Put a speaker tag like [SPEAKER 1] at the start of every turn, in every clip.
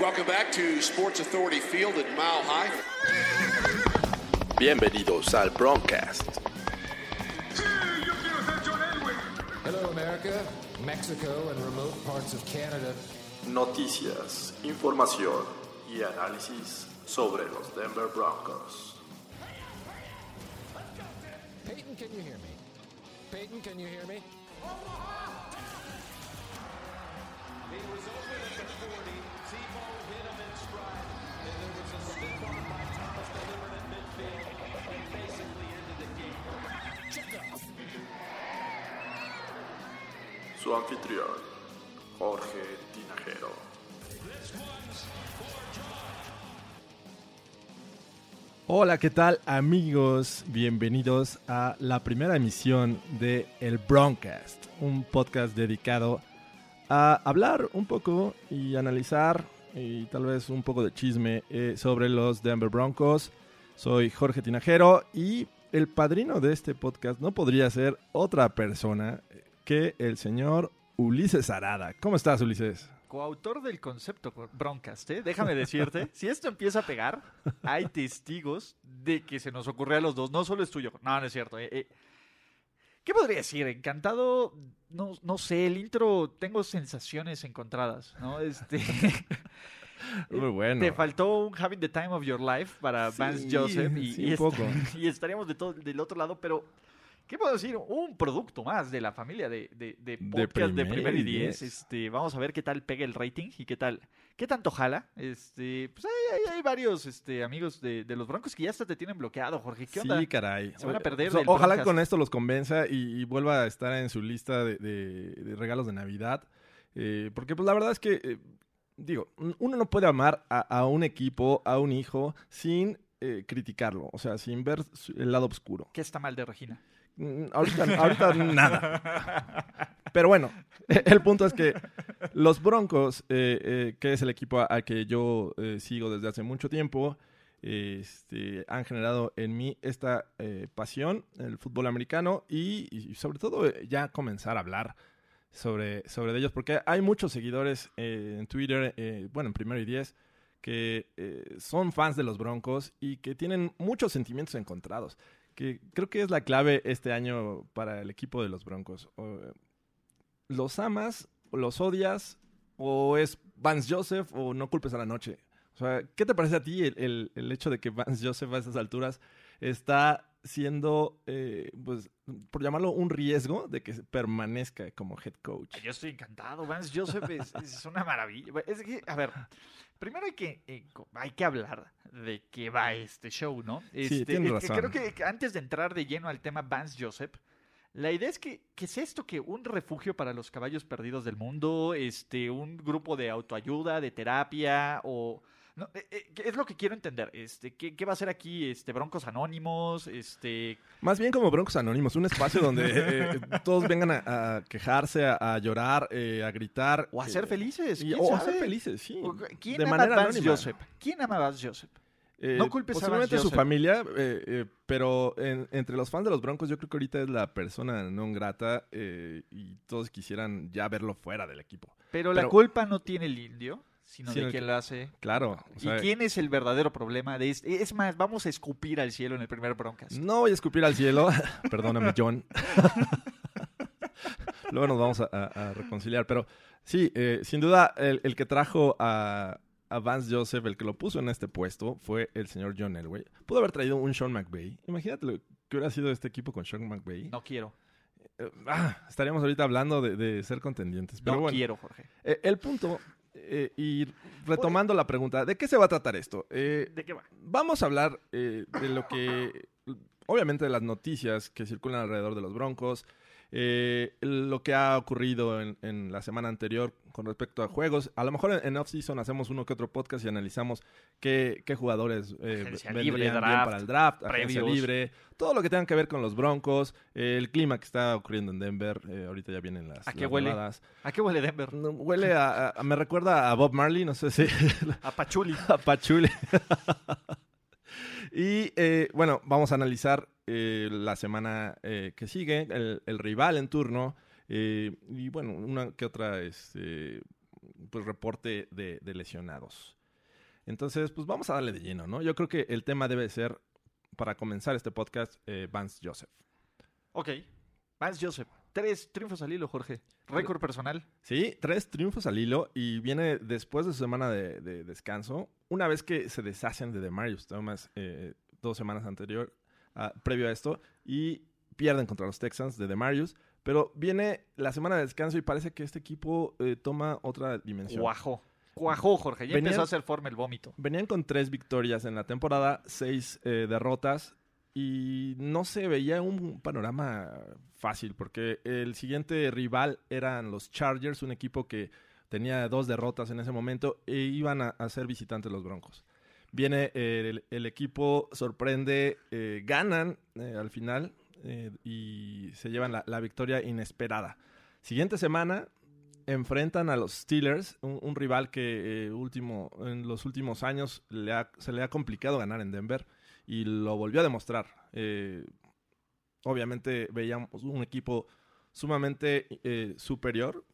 [SPEAKER 1] Welcome back to Sports Authority Field at Mile High.
[SPEAKER 2] Bienvenidos al Broncast.
[SPEAKER 3] Hello, America, Mexico, and remote parts of Canada.
[SPEAKER 2] Noticias, información y análisis sobre los Denver Broncos.
[SPEAKER 3] Peyton, can you hear me? Peyton, can you hear me?
[SPEAKER 2] Su anfitrión, Jorge Tinajero.
[SPEAKER 4] Hola, ¿qué tal amigos? Bienvenidos a la primera emisión de El Broncast, un podcast dedicado a hablar un poco y analizar y tal vez un poco de chisme eh, sobre los Denver Broncos. Soy Jorge Tinajero y el padrino de este podcast no podría ser otra persona que el señor Ulises Arada. ¿Cómo estás, Ulises?
[SPEAKER 5] Coautor del concepto co- broncast, ¿eh? déjame decirte, si esto empieza a pegar, hay testigos de que se nos ocurre a los dos, no solo es tuyo. No, no es cierto. eh, eh. ¿Qué podría decir? Encantado, no, no sé, el intro tengo sensaciones encontradas, ¿no? Este, eh,
[SPEAKER 4] Muy bueno.
[SPEAKER 5] Te faltó un Having the Time of Your Life para
[SPEAKER 4] Sí,
[SPEAKER 5] Vance Joseph y,
[SPEAKER 4] sí,
[SPEAKER 5] y
[SPEAKER 4] un
[SPEAKER 5] est-
[SPEAKER 4] poco.
[SPEAKER 5] y estaríamos de todo, del otro lado, pero ¿qué puedo decir? Un producto más de la familia de, de, de podcast de
[SPEAKER 4] Primer y
[SPEAKER 5] primer y
[SPEAKER 4] Diez.
[SPEAKER 5] diez. Este, vamos a ver qué tal pega el rating y qué tal, qué tanto jala. Este, pues hay, hay- hay varios este, amigos de, de los broncos que ya hasta te tienen bloqueado, Jorge. ¿Qué onda?
[SPEAKER 4] Sí, caray.
[SPEAKER 5] Se van a perder
[SPEAKER 4] O-
[SPEAKER 5] del
[SPEAKER 4] ojalá
[SPEAKER 5] podcast.
[SPEAKER 4] con esto los convenza y, y vuelva a estar en su lista de, de- de regalos de Navidad. Eh, porque pues la verdad es que, eh, digo, un- uno no puede amar a, a un equipo, a un hijo, sin eh, criticarlo, o sea, sin ver su- el lado oscuro.
[SPEAKER 5] ¿Qué está mal de Regina?
[SPEAKER 4] Mm, Ahorita, ahorita nada. Pero bueno, el punto es que los Broncos, eh, eh, que es el equipo a- al que yo eh, sigo desde hace mucho tiempo, este, han generado en mí esta eh, pasión, el fútbol americano, y, y sobre todo eh, ya comenzar a hablar sobre, sobre ellos, porque hay muchos seguidores eh, en Twitter, eh, bueno, en primero y diez, que eh, son fans de los Broncos y que tienen muchos sentimientos encontrados, que creo que es la clave este año para el equipo de los Broncos. O, eh, ¿Los amas, o los odias, o es Vance Joseph, o no culpes a la noche? O sea, ¿qué te parece a ti el, el- el hecho de que Vance Joseph a estas alturas está siendo, eh, pues, por llamarlo un riesgo de que permanezca como head coach?
[SPEAKER 5] Ay, Yo estoy encantado, Vance Joseph es, pues, es una maravilla. Bueno, es que, a ver, primero hay que, eh, co- hay que hablar de qué va este show, ¿no? Este,
[SPEAKER 4] tienes
[SPEAKER 5] eh, eh,
[SPEAKER 4] razón.
[SPEAKER 5] Creo que antes de entrar de lleno al tema Vance Joseph, la idea es que, ¿qué es esto que un refugio para los caballos perdidos del mundo? Este, un grupo de autoayuda, de terapia, o. no, eh, eh, es lo que quiero entender. Este, ¿qué, qué va a ser aquí? Este, broncos anónimos, este.
[SPEAKER 4] Más bien como Broncos Anónimos, un espacio donde eh, todos vengan a, a quejarse, a, a llorar, eh, a gritar.
[SPEAKER 5] O a ser
[SPEAKER 4] eh,
[SPEAKER 5] felices.
[SPEAKER 4] y-
[SPEAKER 5] ¿quién
[SPEAKER 4] o a
[SPEAKER 5] sabe?
[SPEAKER 4] ser felices, sí.
[SPEAKER 5] O- ¿Quién
[SPEAKER 4] de
[SPEAKER 5] ama
[SPEAKER 4] manera
[SPEAKER 5] a Vance
[SPEAKER 4] anónima.
[SPEAKER 5] Joseph? ¿Quién ama a Vance Joseph?
[SPEAKER 4] Eh,
[SPEAKER 5] No culpes a
[SPEAKER 4] posiblemente
[SPEAKER 5] Vance
[SPEAKER 4] su
[SPEAKER 5] Joseph.
[SPEAKER 4] familia, eh, eh, pero en- entre los fans de los Broncos yo creo que ahorita es la persona no grata eh, y todos quisieran ya verlo fuera del equipo.
[SPEAKER 5] Pero,
[SPEAKER 4] Pero-
[SPEAKER 5] la culpa no tiene el indio,
[SPEAKER 4] Sino
[SPEAKER 5] sino de
[SPEAKER 4] el
[SPEAKER 5] quien
[SPEAKER 4] que-
[SPEAKER 5] la hace.
[SPEAKER 4] Claro. o sea,
[SPEAKER 5] ¿Y quién es el verdadero problema de este? Es más, vamos a escupir al cielo en el primer broncas.
[SPEAKER 4] No voy a escupir al cielo. Perdóname, John. Luego nos vamos a, a- a reconciliar. Pero sí, eh, sin duda, el, el que trajo a, a Vance Joseph, el que lo puso en este puesto, fue el señor John Elway. Pudo haber traído un Sean McVay. Imagínate lo que hubiera sido este equipo con Sean McVay.
[SPEAKER 5] No quiero.
[SPEAKER 4] Eh, ah, estaríamos ahorita hablando de, de ser contendientes. Pero
[SPEAKER 5] no
[SPEAKER 4] bueno.
[SPEAKER 5] quiero, Jorge.
[SPEAKER 4] Eh, el punto, eh, y retomando la pregunta, ¿de qué se va a tratar esto? Eh,
[SPEAKER 5] ¿De qué va?
[SPEAKER 4] Vamos a hablar eh, de lo que, obviamente, de las noticias que circulan alrededor de los Broncos, eh, lo que ha ocurrido en, en la semana anterior con respecto a juegos. A lo mejor en, en off-season hacemos uno que otro podcast y analizamos qué, qué jugadores eh,
[SPEAKER 5] Agencia
[SPEAKER 4] vendrían
[SPEAKER 5] libre,
[SPEAKER 4] bien
[SPEAKER 5] draft,
[SPEAKER 4] para el draft, agencia
[SPEAKER 5] previos.
[SPEAKER 4] libre, todo lo que tenga que ver con los Broncos, eh, el clima que está ocurriendo en Denver, eh, ahorita ya vienen las,
[SPEAKER 5] ¿A qué
[SPEAKER 4] las
[SPEAKER 5] huele?
[SPEAKER 4] nevadas.
[SPEAKER 5] ¿A qué huele Denver?
[SPEAKER 4] No, Huele a, a- me recuerda a Bob Marley, no sé si
[SPEAKER 5] A Pachuli.
[SPEAKER 4] a Pachuli. y eh, bueno, vamos a analizar eh, la semana eh, que sigue, el, el rival en turno. eh, y bueno, una que otra este, pues, reporte de, de lesionados. Entonces, pues vamos a darle de lleno, ¿no? Yo creo que el tema debe ser, para comenzar este podcast, eh, Vance Joseph.
[SPEAKER 5] Ok. Vance Joseph. Tres triunfos al hilo, Jorge. Récord personal.
[SPEAKER 4] Sí, tres triunfos al hilo y viene después de su semana de, de descanso. Una vez que se deshacen de Demarius Thomas eh, dos semanas anterior, ah, previo a esto, y pierden contra los Texans de Demarius. Pero viene la semana de descanso y parece que este equipo eh, toma otra dimensión.
[SPEAKER 5] Cuajó. Cuajó, Jorge. Ya
[SPEAKER 4] Venían-
[SPEAKER 5] empezó a hacer forma el vómito.
[SPEAKER 4] Venían con tres victorias en la temporada, seis eh, derrotas y no se veía un panorama fácil porque el siguiente rival eran los Chargers, un equipo que tenía dos derrotas en ese momento e iban a, a ser visitantes los Broncos. Viene eh, el, el equipo, sorprende, eh, ganan eh, al final eh, y se llevan la- la victoria inesperada. Siguiente semana enfrentan a los Steelers, un, un rival que eh, último, en los últimos años le ha- se le ha complicado ganar en Denver y lo volvió a demostrar. Eh, obviamente veíamos un equipo sumamente eh, superior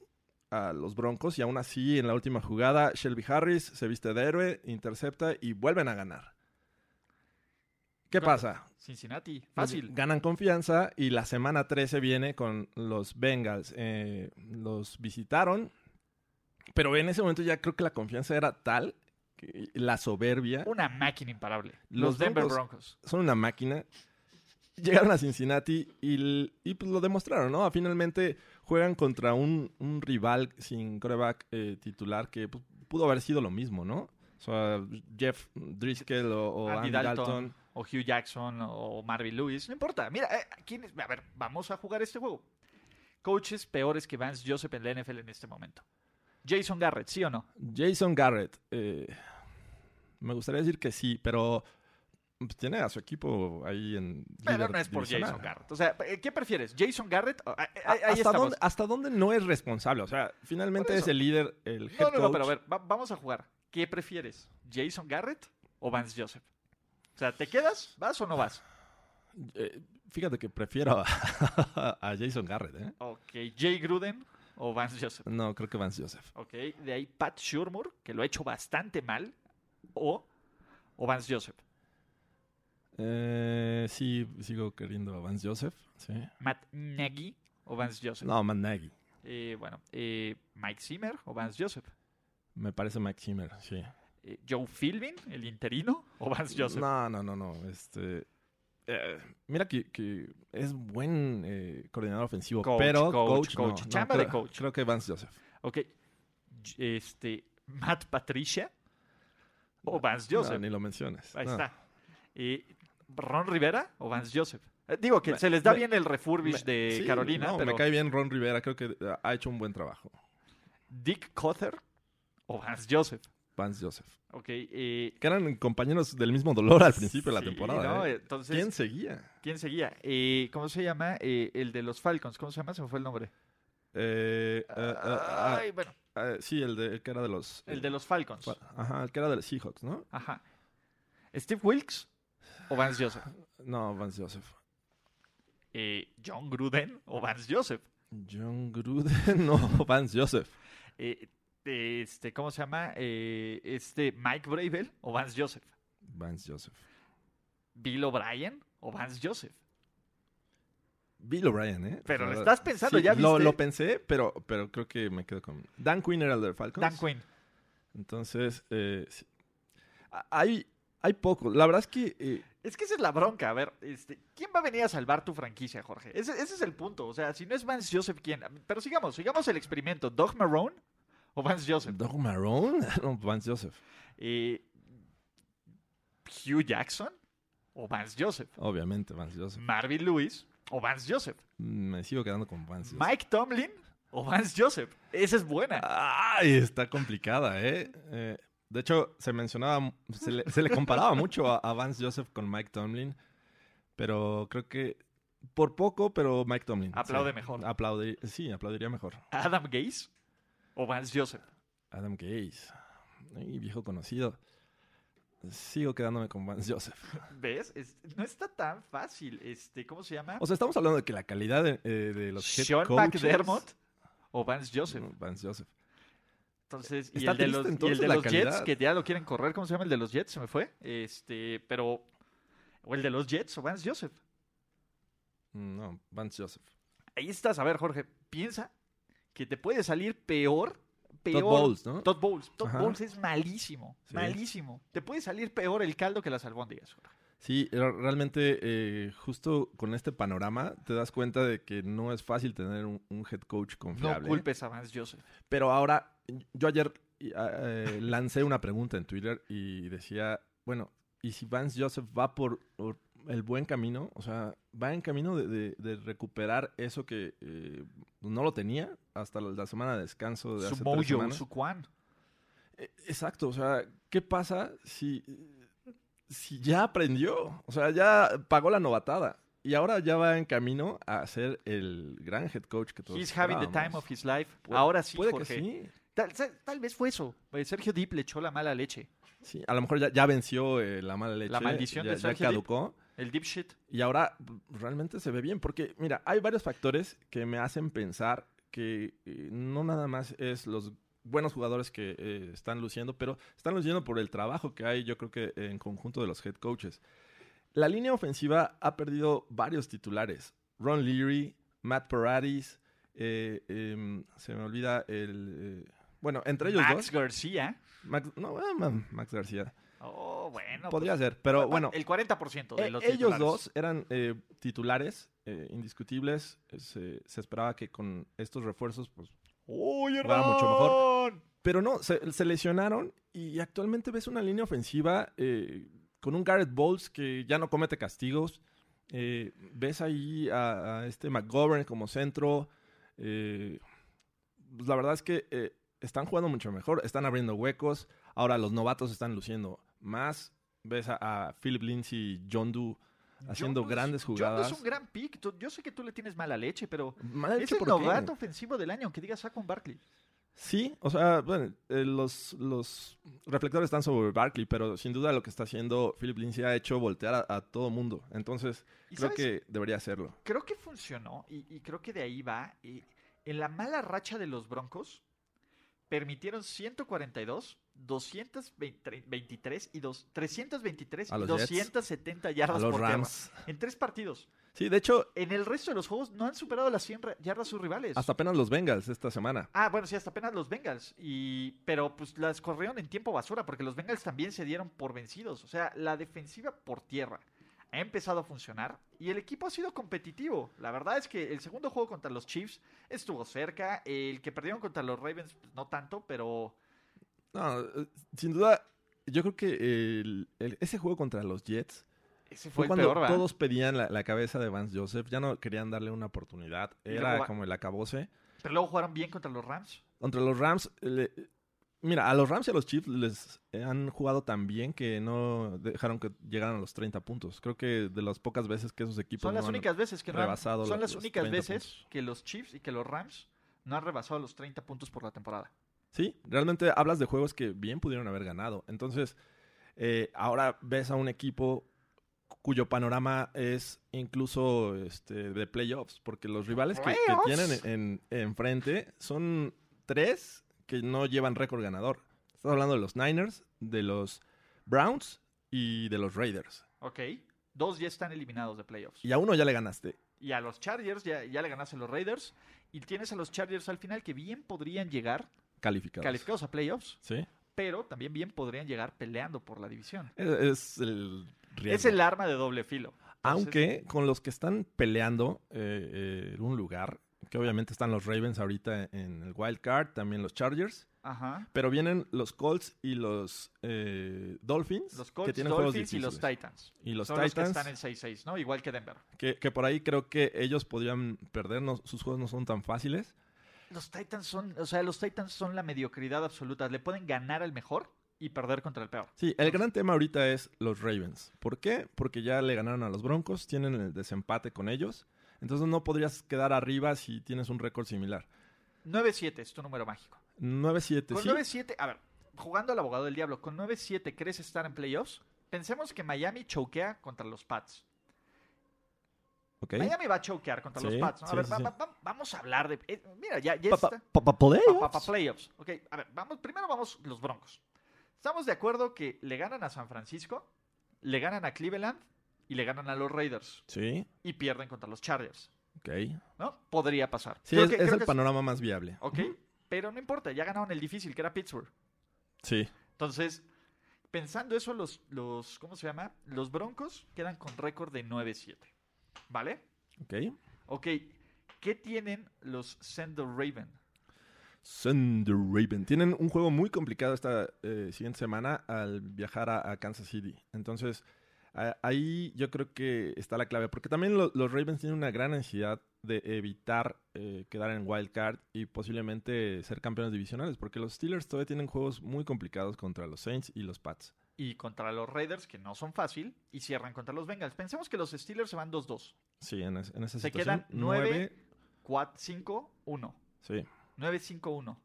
[SPEAKER 4] a los Broncos y aún así en la última jugada Shelby Harris se viste de héroe, intercepta y vuelven a ganar. ¿Qué
[SPEAKER 5] Claro.
[SPEAKER 4] pasa?
[SPEAKER 5] Cincinnati. Fácil.
[SPEAKER 4] Pues, Ganan confianza y la semana 13 viene con los Bengals. Eh, los visitaron, pero en ese momento ya creo que la confianza era tal, que la soberbia.
[SPEAKER 5] Una máquina imparable. Los,
[SPEAKER 4] Los
[SPEAKER 5] Denver
[SPEAKER 4] Broncos.
[SPEAKER 5] Broncos.
[SPEAKER 4] Son una máquina. Llegaron a Cincinnati y, l- y, pues lo demostraron, ¿no? Finalmente juegan contra un, un rival sin coreback titular que pues, pudo haber sido lo mismo, ¿no? O sea, Jeff Driscoll o, o
[SPEAKER 5] Andy
[SPEAKER 4] Andy
[SPEAKER 5] Dalton.
[SPEAKER 4] Dalton.
[SPEAKER 5] O Hugh Jackson o Marvin Lewis. No importa. Mira, eh, ¿quién es? a ver, vamos a jugar este juego. Coaches peores que Vance Joseph en la NFL en este momento. Jason Garrett, ¿sí o no?
[SPEAKER 4] Jason Garrett. eh, me gustaría decir que sí, pero pues, tiene a su equipo ahí en.
[SPEAKER 5] Pero
[SPEAKER 4] líder
[SPEAKER 5] no es por
[SPEAKER 4] divisional.
[SPEAKER 5] Jason Garrett. O sea, eh, ¿qué prefieres? ¿Jason Garrett? Ah, ah,
[SPEAKER 4] A-
[SPEAKER 5] Ahí,
[SPEAKER 4] ¿Hasta,
[SPEAKER 5] estamos.
[SPEAKER 4] dónde, ¿Hasta dónde no es responsable? O sea, finalmente
[SPEAKER 5] Por
[SPEAKER 4] es
[SPEAKER 5] eso.
[SPEAKER 4] el líder, el head
[SPEAKER 5] No, no, no,
[SPEAKER 4] coach.
[SPEAKER 5] pero a ver, va- vamos a jugar. ¿Qué prefieres? ¿Jason Garrett o Vance Joseph? O sea, ¿te quedas? ¿Vas o no vas?
[SPEAKER 4] Eh, fíjate que prefiero a, a Jason Garrett, ¿eh?
[SPEAKER 5] Ok, Jay Gruden o Vance Joseph.
[SPEAKER 4] No, creo que Vance Joseph.
[SPEAKER 5] Ok, de ahí Pat Shurmur, que lo ha hecho bastante mal, o, o Vance Joseph.
[SPEAKER 4] Eh, sí, sigo queriendo a Vance Joseph. ¿sí?
[SPEAKER 5] Matt Nagy o Vance Joseph.
[SPEAKER 4] No, Matt Nagy.
[SPEAKER 5] Eh, bueno, eh, Mike Zimmer o Vance Joseph.
[SPEAKER 4] Me parece Mike Zimmer, sí.
[SPEAKER 5] Eh, Joe Philbin, el interino, o Vance Joseph.
[SPEAKER 4] No, no, no, no. Este, eh, mira que, que es buen eh, coordinador ofensivo,
[SPEAKER 5] Coach,
[SPEAKER 4] pero coach,
[SPEAKER 5] coach, coach.
[SPEAKER 4] no, no,
[SPEAKER 5] Chamba
[SPEAKER 4] creo-
[SPEAKER 5] de coach.
[SPEAKER 4] Creo que Vance Joseph.
[SPEAKER 5] Ok, J- este, Matt Patricia o
[SPEAKER 4] No,
[SPEAKER 5] Vance
[SPEAKER 4] no,
[SPEAKER 5] Joseph.
[SPEAKER 4] ni lo menciones.
[SPEAKER 5] Ahí
[SPEAKER 4] no.
[SPEAKER 5] está. Eh, ¿Ron Rivera o Vance Joseph? Eh, digo que se les da
[SPEAKER 4] me-
[SPEAKER 5] bien el refurbish
[SPEAKER 4] Me-
[SPEAKER 5] de
[SPEAKER 4] sí,
[SPEAKER 5] Carolina,
[SPEAKER 4] no,
[SPEAKER 5] pero
[SPEAKER 4] me cae bien Ron Rivera. Creo que eh, ha hecho un buen trabajo.
[SPEAKER 5] Dick Cother o Vance Joseph.
[SPEAKER 4] Vance Joseph.
[SPEAKER 5] Ok. eh,
[SPEAKER 4] Que eran compañeros del mismo dolor al principio de
[SPEAKER 5] sí,
[SPEAKER 4] la temporada.
[SPEAKER 5] ¿no?
[SPEAKER 4] ¿eh?
[SPEAKER 5] Entonces,
[SPEAKER 4] ¿Quién
[SPEAKER 5] ¿quién,
[SPEAKER 4] seguía?
[SPEAKER 5] seguía? Eh, ¿Cómo se llama? Eh, el de los Falcons. ¿Cómo se llama? Se me fue el nombre.
[SPEAKER 4] Eh, eh, eh, ah,
[SPEAKER 5] Ay, bueno,
[SPEAKER 4] eh, sí, el, de, el que era de los...
[SPEAKER 5] el de los Falcons.
[SPEAKER 4] Ajá, el que era de los Seahawks, ¿no?
[SPEAKER 5] Ajá. ¿Steve Wilkes o Vance Joseph?
[SPEAKER 4] No, Vance Joseph.
[SPEAKER 5] Eh, ¿John Gruden o Vance Joseph?
[SPEAKER 4] John Gruden, no, Vance Joseph.
[SPEAKER 5] Eh, este, ¿Cómo se llama? Eh, este, ¿Mike Bravel o Vance Joseph?
[SPEAKER 4] Vance Joseph.
[SPEAKER 5] ¿Bill O'Brien o Vance Joseph?
[SPEAKER 4] Bill O'Brien, ¿eh?
[SPEAKER 5] Pero
[SPEAKER 4] La
[SPEAKER 5] lo
[SPEAKER 4] verdad.
[SPEAKER 5] estás pensando,
[SPEAKER 4] Sí,
[SPEAKER 5] ya
[SPEAKER 4] Lo,
[SPEAKER 5] viste.
[SPEAKER 4] lo pensé, pero, pero creo que me quedo con... Dan Quinn era el de Falcons.
[SPEAKER 5] Dan Quinn.
[SPEAKER 4] Entonces, eh, sí. A- hay, hay poco. La verdad es que... eh,
[SPEAKER 5] Es que esa es la bronca. A ver, este, ¿quién va a venir a salvar tu franquicia, Jorge? Ese, ese es el punto. O sea, si no es Vance Joseph, ¿quién? Pero sigamos, sigamos el experimento. ¿Doug Marrone o Vance Joseph?
[SPEAKER 4] Doug Marrone, no, Vance Joseph,
[SPEAKER 5] Eh, ¿Hugh Jackson o Vance Joseph?
[SPEAKER 4] obviamente Vance Joseph.
[SPEAKER 5] ¿Marvin Lewis o Vance Joseph?
[SPEAKER 4] Me sigo quedando con Vance Joseph.
[SPEAKER 5] ¿Mike Tomlin o Vance Joseph? Esa es buena.
[SPEAKER 4] Ay, está complicada, ¿eh? Eh, de hecho, se mencionaba, se le, se le comparaba mucho a, a Vance Joseph con Mike Tomlin, pero creo que por poco, pero Mike Tomlin. sí.
[SPEAKER 5] Aplaude mejor.
[SPEAKER 4] Aplaudir- sí, aplaudiría mejor.
[SPEAKER 5] ¿Adam Gase o Vance Joseph?
[SPEAKER 4] Adam Gaze, Ay, viejo conocido. Sigo quedándome con Vance Joseph.
[SPEAKER 5] ¿Ves? Es- no está tan fácil. Este, ¿Cómo se llama?
[SPEAKER 4] O sea, estamos hablando de que la calidad de, eh, de los head
[SPEAKER 5] Sean
[SPEAKER 4] coaches-
[SPEAKER 5] McDermott o Vance Joseph.
[SPEAKER 4] No, Vance Joseph.
[SPEAKER 5] Entonces, y
[SPEAKER 4] Está
[SPEAKER 5] el, de
[SPEAKER 4] triste,
[SPEAKER 5] los, y el
[SPEAKER 4] entonces,
[SPEAKER 5] de
[SPEAKER 4] la
[SPEAKER 5] los Jets,
[SPEAKER 4] calidad.
[SPEAKER 5] que ya lo quieren correr, ¿cómo se llama el de los Jets? Se me fue. Este, pero. O el de los Jets, o Vance Joseph.
[SPEAKER 4] No, Vance Joseph.
[SPEAKER 5] Ahí estás, a ver, Jorge, piensa que te puede salir peor. peor
[SPEAKER 4] Bowles, ¿no?
[SPEAKER 5] Todd Bowles. Todd
[SPEAKER 4] Ajá.
[SPEAKER 5] Bowles es malísimo.
[SPEAKER 4] Sí.
[SPEAKER 5] Malísimo. Te puede salir peor el caldo que las albóndigas. Jorge.
[SPEAKER 4] Sí, re- realmente eh, justo con este panorama te das cuenta de que no es fácil tener un, un head coach
[SPEAKER 5] No
[SPEAKER 4] confiable.
[SPEAKER 5] culpes a Vance Joseph.
[SPEAKER 4] Pero ahora, yo ayer eh, eh, lancé una pregunta en Twitter y decía, bueno, ¿y si Vance Joseph va por, por el buen camino? O sea, ¿va en camino de, de- de recuperar eso que eh, no lo tenía hasta la, la semana de descanso de
[SPEAKER 5] Su
[SPEAKER 4] hace tres
[SPEAKER 5] mojo,
[SPEAKER 4] semanas?
[SPEAKER 5] su Quan.
[SPEAKER 4] Eh, Exacto, o sea, ¿qué pasa si, si ya aprendió? O sea, ya pagó la novatada. Y ahora ya va en camino a ser el gran head coach que todos
[SPEAKER 5] He's having the time
[SPEAKER 4] esperábamos.
[SPEAKER 5] of his life.
[SPEAKER 4] Pu-
[SPEAKER 5] Ahora sí,
[SPEAKER 4] Puede
[SPEAKER 5] Jorge.
[SPEAKER 4] que sí.
[SPEAKER 5] Tal, sa- tal vez fue eso. Eh, Sergio Deep le echó la mala leche.
[SPEAKER 4] Sí, a lo mejor ya, ya venció eh, la mala leche.
[SPEAKER 5] maldición
[SPEAKER 4] ya,
[SPEAKER 5] de
[SPEAKER 4] ya
[SPEAKER 5] Sergio Dip.
[SPEAKER 4] caducó.
[SPEAKER 5] El Deep Shit.
[SPEAKER 4] Y ahora realmente se ve bien. Porque, mira, hay varios factores que me hacen pensar que eh, no nada más es los buenos jugadores que eh, están luciendo, pero están luciendo por el trabajo que hay, yo creo que en conjunto de los head coaches. La línea ofensiva ha perdido varios titulares. Ron Leary, Matt Paradis, eh, em, se me olvida el... eh, bueno, entre ellos
[SPEAKER 5] Max
[SPEAKER 4] dos.
[SPEAKER 5] García.
[SPEAKER 4] Max, no, ah, ma- Max García.
[SPEAKER 5] Oh, bueno.
[SPEAKER 4] Podría
[SPEAKER 5] pues,
[SPEAKER 4] ser, pero
[SPEAKER 5] va-
[SPEAKER 4] bueno.
[SPEAKER 5] El 40% de
[SPEAKER 4] Eh,
[SPEAKER 5] los
[SPEAKER 4] ellos
[SPEAKER 5] titulares.
[SPEAKER 4] dos eran eh, titulares eh, indiscutibles. Eh, Se, se esperaba que con estos refuerzos, pues.
[SPEAKER 5] ¡Uy,
[SPEAKER 4] Va mucho
[SPEAKER 5] mejor.
[SPEAKER 4] Pero no, se, se lesionaron y actualmente ves una línea ofensiva eh, con un Garrett Bowles que ya no comete castigos. Eh, ves ahí a, a este McGovern como centro. Eh, pues la verdad es que eh, están jugando mucho mejor, están abriendo huecos. Ahora los novatos están luciendo más. Ves a, a Philip Lindsay y John Doe haciendo
[SPEAKER 5] John no es-
[SPEAKER 4] grandes
[SPEAKER 5] John no
[SPEAKER 4] jugadas.
[SPEAKER 5] es un gran pick. Tú- Yo sé que tú le tienes mala leche, pero
[SPEAKER 4] Mal
[SPEAKER 5] es
[SPEAKER 4] que
[SPEAKER 5] el
[SPEAKER 4] por qué.
[SPEAKER 5] novato ofensivo del año, aunque digas Saquon Barkley.
[SPEAKER 4] Sí, o sea, bueno, eh, los, los reflectores están sobre Barkley, pero sin duda lo que está haciendo Philip Lindsay ha hecho voltear a, a todo mundo. Entonces,
[SPEAKER 5] ¿Y
[SPEAKER 4] creo
[SPEAKER 5] sabes?
[SPEAKER 4] que debería hacerlo.
[SPEAKER 5] Creo que funcionó y, y creo que de ahí va. Y en la mala racha de los Broncos, permitieron 142, 223 y dos- 323
[SPEAKER 4] A
[SPEAKER 5] y
[SPEAKER 4] los Jets.
[SPEAKER 5] 270
[SPEAKER 4] A
[SPEAKER 5] yardas
[SPEAKER 4] los
[SPEAKER 5] por tierra.
[SPEAKER 4] Rams.
[SPEAKER 5] En tres partidos.
[SPEAKER 4] Sí, de hecho,
[SPEAKER 5] En el resto de los juegos no han superado las 100 ra- yardas sus rivales.
[SPEAKER 4] hasta apenas los Bengals esta semana.
[SPEAKER 5] Ah, bueno, sí, hasta apenas los Bengals. Y... Pero pues las corrieron en tiempo basura porque los Bengals también se dieron por vencidos. O sea, la defensiva por tierra ha empezado a funcionar y el equipo ha sido competitivo. La verdad es que el segundo juego contra los Chiefs estuvo cerca. El que perdieron contra los Ravens, pues, no tanto, pero
[SPEAKER 4] No, eh, sin duda, yo creo que el- el- ese juego contra los Jets
[SPEAKER 5] ese
[SPEAKER 4] fue,
[SPEAKER 5] fue, el
[SPEAKER 4] cuando
[SPEAKER 5] peor, ¿verdad?
[SPEAKER 4] todos pedían la, la cabeza de Vance Joseph. Ya no querían darle una oportunidad.
[SPEAKER 5] Y
[SPEAKER 4] Era
[SPEAKER 5] luego-
[SPEAKER 4] como el acabose.
[SPEAKER 5] Pero luego jugaron bien contra los Rams.
[SPEAKER 4] Contra los Rams, le- mira, a los Rams y a los Chiefs les eh, han jugado tan bien que no dejaron que llegaran a los 30 puntos. Creo que de las pocas veces que esos equipos
[SPEAKER 5] Son
[SPEAKER 4] no
[SPEAKER 5] las
[SPEAKER 4] han-
[SPEAKER 5] únicas veces que no han-
[SPEAKER 4] rebasado
[SPEAKER 5] son
[SPEAKER 4] lo-
[SPEAKER 5] las
[SPEAKER 4] Pues, los
[SPEAKER 5] únicas
[SPEAKER 4] 30
[SPEAKER 5] veces
[SPEAKER 4] puntos.
[SPEAKER 5] que los Chiefs y que los Rams no han rebasado los 30 puntos por la temporada.
[SPEAKER 4] Sí, realmente hablas de juegos que bien pudieron haber ganado. Entonces, eh, ahora ves a un equipo cuyo panorama es incluso este, de playoffs, porque los rivales que, que
[SPEAKER 5] ¿Playoffs?
[SPEAKER 4] tienen en- enfrente son tres que no llevan récord ganador. Estás hablando de los Niners, de los Browns y de los Raiders.
[SPEAKER 5] Ok. Dos ya están eliminados de playoffs.
[SPEAKER 4] Y a uno ya le ganaste.
[SPEAKER 5] Y a los Chargers ya, ya le ganaste a los Raiders. Y tienes a los Chargers al final que bien podrían llegar
[SPEAKER 4] Calificados.
[SPEAKER 5] calificados a playoffs.
[SPEAKER 4] Sí.
[SPEAKER 5] Pero también bien podrían llegar peleando por la división.
[SPEAKER 4] Es, es el riesgo.
[SPEAKER 5] Es el arma de doble filo. Entonces,
[SPEAKER 4] Aunque con los que están peleando eh, eh, en un lugar, que obviamente están los Ravens ahorita en el wild card, también los Chargers,
[SPEAKER 5] Ajá.
[SPEAKER 4] pero vienen los Colts y los eh, Dolphins,
[SPEAKER 5] Los
[SPEAKER 4] que
[SPEAKER 5] Colts,
[SPEAKER 4] tienen juegos
[SPEAKER 5] Dolphins y los
[SPEAKER 4] difíciles.
[SPEAKER 5] Titans.
[SPEAKER 4] Y los
[SPEAKER 5] Son los que
[SPEAKER 4] Titans,
[SPEAKER 5] están en 6-6, ¿no? Igual que Denver.
[SPEAKER 4] que, que por ahí creo que ellos podrían perdernos, sus juegos no son tan fáciles.
[SPEAKER 5] Los Titans son, o sea, los Titans son la mediocridad absoluta. Le pueden ganar al mejor y perder contra el peor.
[SPEAKER 4] Sí, el gran tema ahorita es los Ravens. ¿Por qué? Porque ya le ganaron a los Broncos, tienen el desempate con ellos, entonces no podrías quedar arriba si tienes un récord similar.
[SPEAKER 5] 9-7 es tu número mágico.
[SPEAKER 4] 9-7,
[SPEAKER 5] Con
[SPEAKER 4] sí.
[SPEAKER 5] 9-7, a ver, jugando al abogado del diablo, con 9-7, ¿crees estar en playoffs? Pensemos que Miami choquea contra los Pats.
[SPEAKER 6] Ok.
[SPEAKER 5] Miami va a choquear contra
[SPEAKER 4] Sí,
[SPEAKER 5] los Pats, ¿no? A
[SPEAKER 4] sí,
[SPEAKER 5] ver,
[SPEAKER 4] sí,
[SPEAKER 5] va-
[SPEAKER 4] sí.
[SPEAKER 5] va- va- vamos a hablar de... eh, mira, ya, ya
[SPEAKER 6] Papá,
[SPEAKER 5] está.
[SPEAKER 6] papá,
[SPEAKER 5] Pa- pa- pa-
[SPEAKER 6] playoffs.
[SPEAKER 5] playoffs. Ok, a ver, vamos, primero vamos los Broncos. Estamos de acuerdo que le ganan a San Francisco, le ganan a Cleveland y le ganan a los Raiders
[SPEAKER 4] Sí,
[SPEAKER 5] y pierden contra los Chargers,
[SPEAKER 4] ok.
[SPEAKER 5] ¿no? Podría pasar.
[SPEAKER 4] Sí,
[SPEAKER 5] Creo
[SPEAKER 4] es,
[SPEAKER 5] que-
[SPEAKER 4] es
[SPEAKER 5] creo
[SPEAKER 4] el
[SPEAKER 5] que
[SPEAKER 4] panorama más viable.
[SPEAKER 5] Ok, pero no importa, ya ganaron el difícil, que era Pittsburgh.
[SPEAKER 4] Sí.
[SPEAKER 5] Entonces, pensando eso, los, los ¿cómo se llama? Los Broncos quedan con récord de 9-7, ¿vale?
[SPEAKER 4] Ok.
[SPEAKER 5] Ok, ¿qué tienen los Sender Raven?
[SPEAKER 4] Thunder Raven. Tienen un juego muy complicado esta eh, siguiente semana al viajar a, a Kansas City. Entonces, a- ahí yo creo que está la clave. Porque también lo- los Ravens tienen una gran necesidad de evitar eh, quedar en wild card y posiblemente ser campeones divisionales. Porque los Steelers todavía tienen juegos muy complicados contra los Saints y los Pats.
[SPEAKER 5] Y contra los Raiders, que no son fácil, y cierran contra los Bengals. Pensemos que los Steelers se van 2-2.
[SPEAKER 4] Sí, en, es- en esa
[SPEAKER 5] Se
[SPEAKER 4] situación.
[SPEAKER 5] quedan nueve. 4-5-1.
[SPEAKER 4] Sí,
[SPEAKER 5] 9-5-1.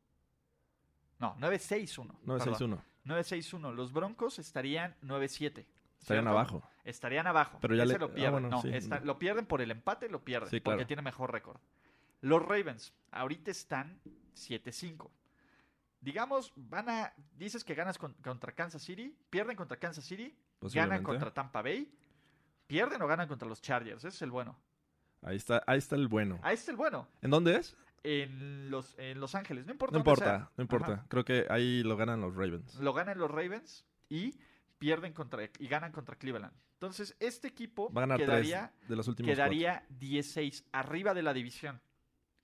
[SPEAKER 5] No, 9-6-1. 9-6-1.
[SPEAKER 4] 9-6-1.
[SPEAKER 5] 9-6-1. Los Broncos estarían 9-7.
[SPEAKER 4] Estarían
[SPEAKER 5] ¿cierto?
[SPEAKER 4] abajo.
[SPEAKER 5] Estarían abajo.
[SPEAKER 4] Pero ya
[SPEAKER 5] Ese
[SPEAKER 4] le-
[SPEAKER 5] lo
[SPEAKER 4] ah,
[SPEAKER 5] pierden.
[SPEAKER 4] bueno,
[SPEAKER 5] no,
[SPEAKER 4] sí.
[SPEAKER 5] está- lo pierden por el empate, lo pierden.
[SPEAKER 4] Sí,
[SPEAKER 5] Porque
[SPEAKER 4] claro.
[SPEAKER 5] tiene mejor récord. Los Ravens, ahorita están 7-5. Digamos, van a. Dices que ganas con- contra Kansas City, pierden contra Kansas City, ganan
[SPEAKER 4] Posiblemente.
[SPEAKER 5] contra Tampa Bay, pierden o ganan contra los Chargers. Ese es el bueno.
[SPEAKER 4] Ahí está, ahí está el bueno.
[SPEAKER 5] Ahí está el bueno.
[SPEAKER 4] ¿En dónde es?
[SPEAKER 5] En Los, en los Ángeles, no importa.
[SPEAKER 4] No
[SPEAKER 5] dónde sea.
[SPEAKER 4] importa, no importa.
[SPEAKER 5] Ajá.
[SPEAKER 4] Creo que ahí lo ganan los Ravens.
[SPEAKER 5] Lo ganan los Ravens y pierden contra y ganan contra Cleveland. Entonces, este equipo
[SPEAKER 4] Va a ganar
[SPEAKER 5] quedaría
[SPEAKER 4] tres de los últimos
[SPEAKER 5] quedaría 16 arriba de la división.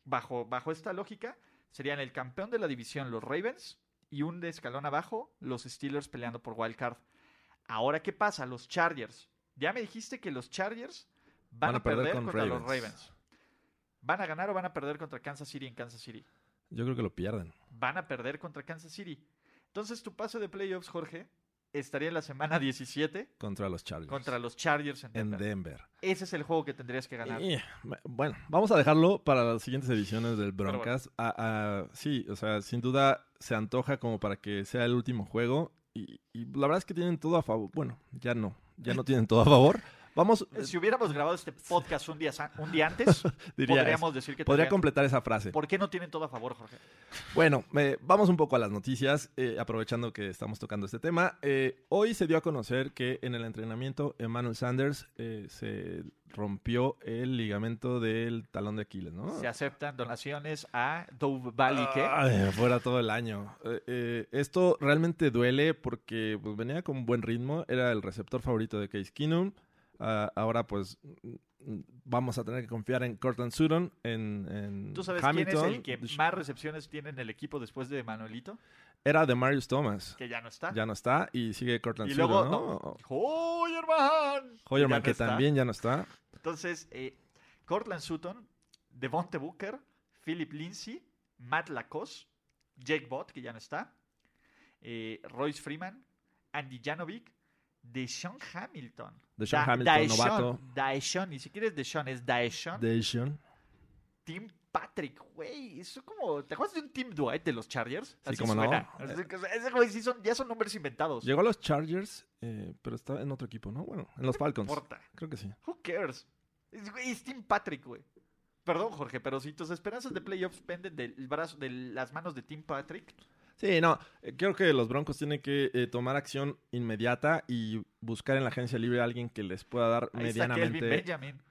[SPEAKER 5] Bajo, bajo esta lógica, serían el campeón de la división los Ravens y un de escalón abajo los Steelers peleando por Wild Card. Ahora, ¿qué pasa? Los Chargers. Ya me dijiste que los Chargers van, a, perder,
[SPEAKER 4] con
[SPEAKER 5] contra los
[SPEAKER 4] Ravens.
[SPEAKER 5] Ravens. ¿Van a ganar o van a perder contra Kansas City en Kansas City?
[SPEAKER 4] cuatro. Yo creo que lo pierden.
[SPEAKER 5] Van a perder contra Kansas City. Entonces, tu paso de playoffs, Jorge, estaría en la semana 17
[SPEAKER 4] Contra los Chargers.
[SPEAKER 5] contra los Chargers en
[SPEAKER 4] En
[SPEAKER 5] Denver.
[SPEAKER 4] Denver.
[SPEAKER 5] Ese es el juego que tendrías que ganar.
[SPEAKER 4] Eh, bueno, vamos a dejarlo para las siguientes ediciones del Broncast. Ah, ah, sí, o sea, sin duda se antoja como para que sea el último juego. Y, y la verdad es que tienen todo a favor. Bueno, ya no. Ya no tienen todo a favor. Vamos, eh,
[SPEAKER 5] Si hubiéramos grabado este podcast un día, sa- un día antes,
[SPEAKER 4] diría.
[SPEAKER 5] podríamos decir que
[SPEAKER 4] podría
[SPEAKER 5] tendrían-
[SPEAKER 4] completar esa frase.
[SPEAKER 5] ¿Por qué no tienen todo a favor, Jorge?
[SPEAKER 4] Bueno, eh, vamos un poco a las noticias, eh, aprovechando que estamos tocando este tema. Eh, hoy se dio a conocer que en el entrenamiento Emmanuel Sanders eh, se rompió el ligamento del talón de Aquiles, ¿no?
[SPEAKER 5] Se aceptan donaciones a Dove Valley, ¿qué?
[SPEAKER 4] Ay, fuera todo el año. Eh, eh, esto realmente duele porque pues, venía con buen ritmo, era el receptor favorito de Case Keenum. Ah, ahora pues mm, vamos a tener que confiar en Cortland Sutton, en, en
[SPEAKER 5] ¿Tú sabes
[SPEAKER 4] Hamilton.
[SPEAKER 5] quién es el que más recepciones tiene en el equipo después de Manuelito?
[SPEAKER 4] Era de Marius Thomas.
[SPEAKER 5] Que ya no está.
[SPEAKER 4] ya no está y sigue Cortland
[SPEAKER 5] y
[SPEAKER 4] Sutton, ¿no?
[SPEAKER 5] luego, Hoyerman.
[SPEAKER 4] Hoyerman,
[SPEAKER 5] Ya no
[SPEAKER 4] que
[SPEAKER 5] está.
[SPEAKER 4] también ya no está.
[SPEAKER 5] Entonces, eh, Cortland Sutton, Devonte Booker, Philip Lindsay, Matt Lacoste, Jake Bott, que ya no está, eh, Royce Freeman, Andy Janovic, Deshaun Hamilton.
[SPEAKER 4] Deshaun
[SPEAKER 5] Da-
[SPEAKER 4] Hamilton,
[SPEAKER 5] Daeshon,
[SPEAKER 4] novato.
[SPEAKER 5] Daeshon, ni siquiera es Deshaun, es Daeshon.
[SPEAKER 4] Deshaun.
[SPEAKER 5] Tim Patrick, güey. Eso como. ¿Te acuerdas de un Tim Dwight de los Chargers? Así
[SPEAKER 4] cómo no.
[SPEAKER 5] suena. Así que- ese güey sí son, ya son nombres inventados.
[SPEAKER 4] Llegó a los Chargers, eh, pero está en otro equipo, ¿no? Bueno, en los
[SPEAKER 5] No
[SPEAKER 4] Falcons.
[SPEAKER 5] importa.
[SPEAKER 4] Creo que sí.
[SPEAKER 5] Who cares? Es, güey, es Tim Patrick, güey. Perdón, Jorge, pero si tus esperanzas de playoffs penden del brazo, de las manos de Tim Patrick,
[SPEAKER 4] Sí, no, eh, creo que los Broncos tienen que eh, tomar acción inmediata y buscar en la agencia libre a alguien que les pueda dar
[SPEAKER 5] ahí está Kelvin
[SPEAKER 4] medianamente.
[SPEAKER 5] Benjamin.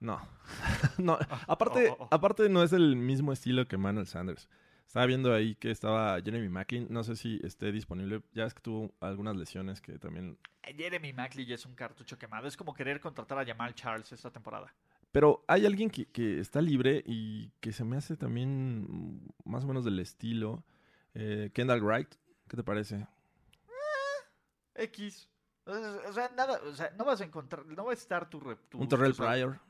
[SPEAKER 4] No. no, aparte,
[SPEAKER 5] oh, oh, oh.
[SPEAKER 4] aparte no es el mismo estilo que Manuel Sanders. Estaba viendo ahí que estaba Jeremy Macklin, no sé si esté disponible, ya es que tuvo algunas lesiones que también
[SPEAKER 5] Jeremy Mackley ya es un cartucho quemado. Es como querer contratar a Jamal Charles esta temporada.
[SPEAKER 4] Pero hay alguien que, que está libre y que se me hace también mm, más o menos del estilo. eh, Kendall Wright, ¿qué te parece?
[SPEAKER 5] X. O o sea, nada, o sea, no vas a encontrar, no va a estar tu... re- tu-
[SPEAKER 4] Un Torrell
[SPEAKER 5] tu-
[SPEAKER 4] Pryor.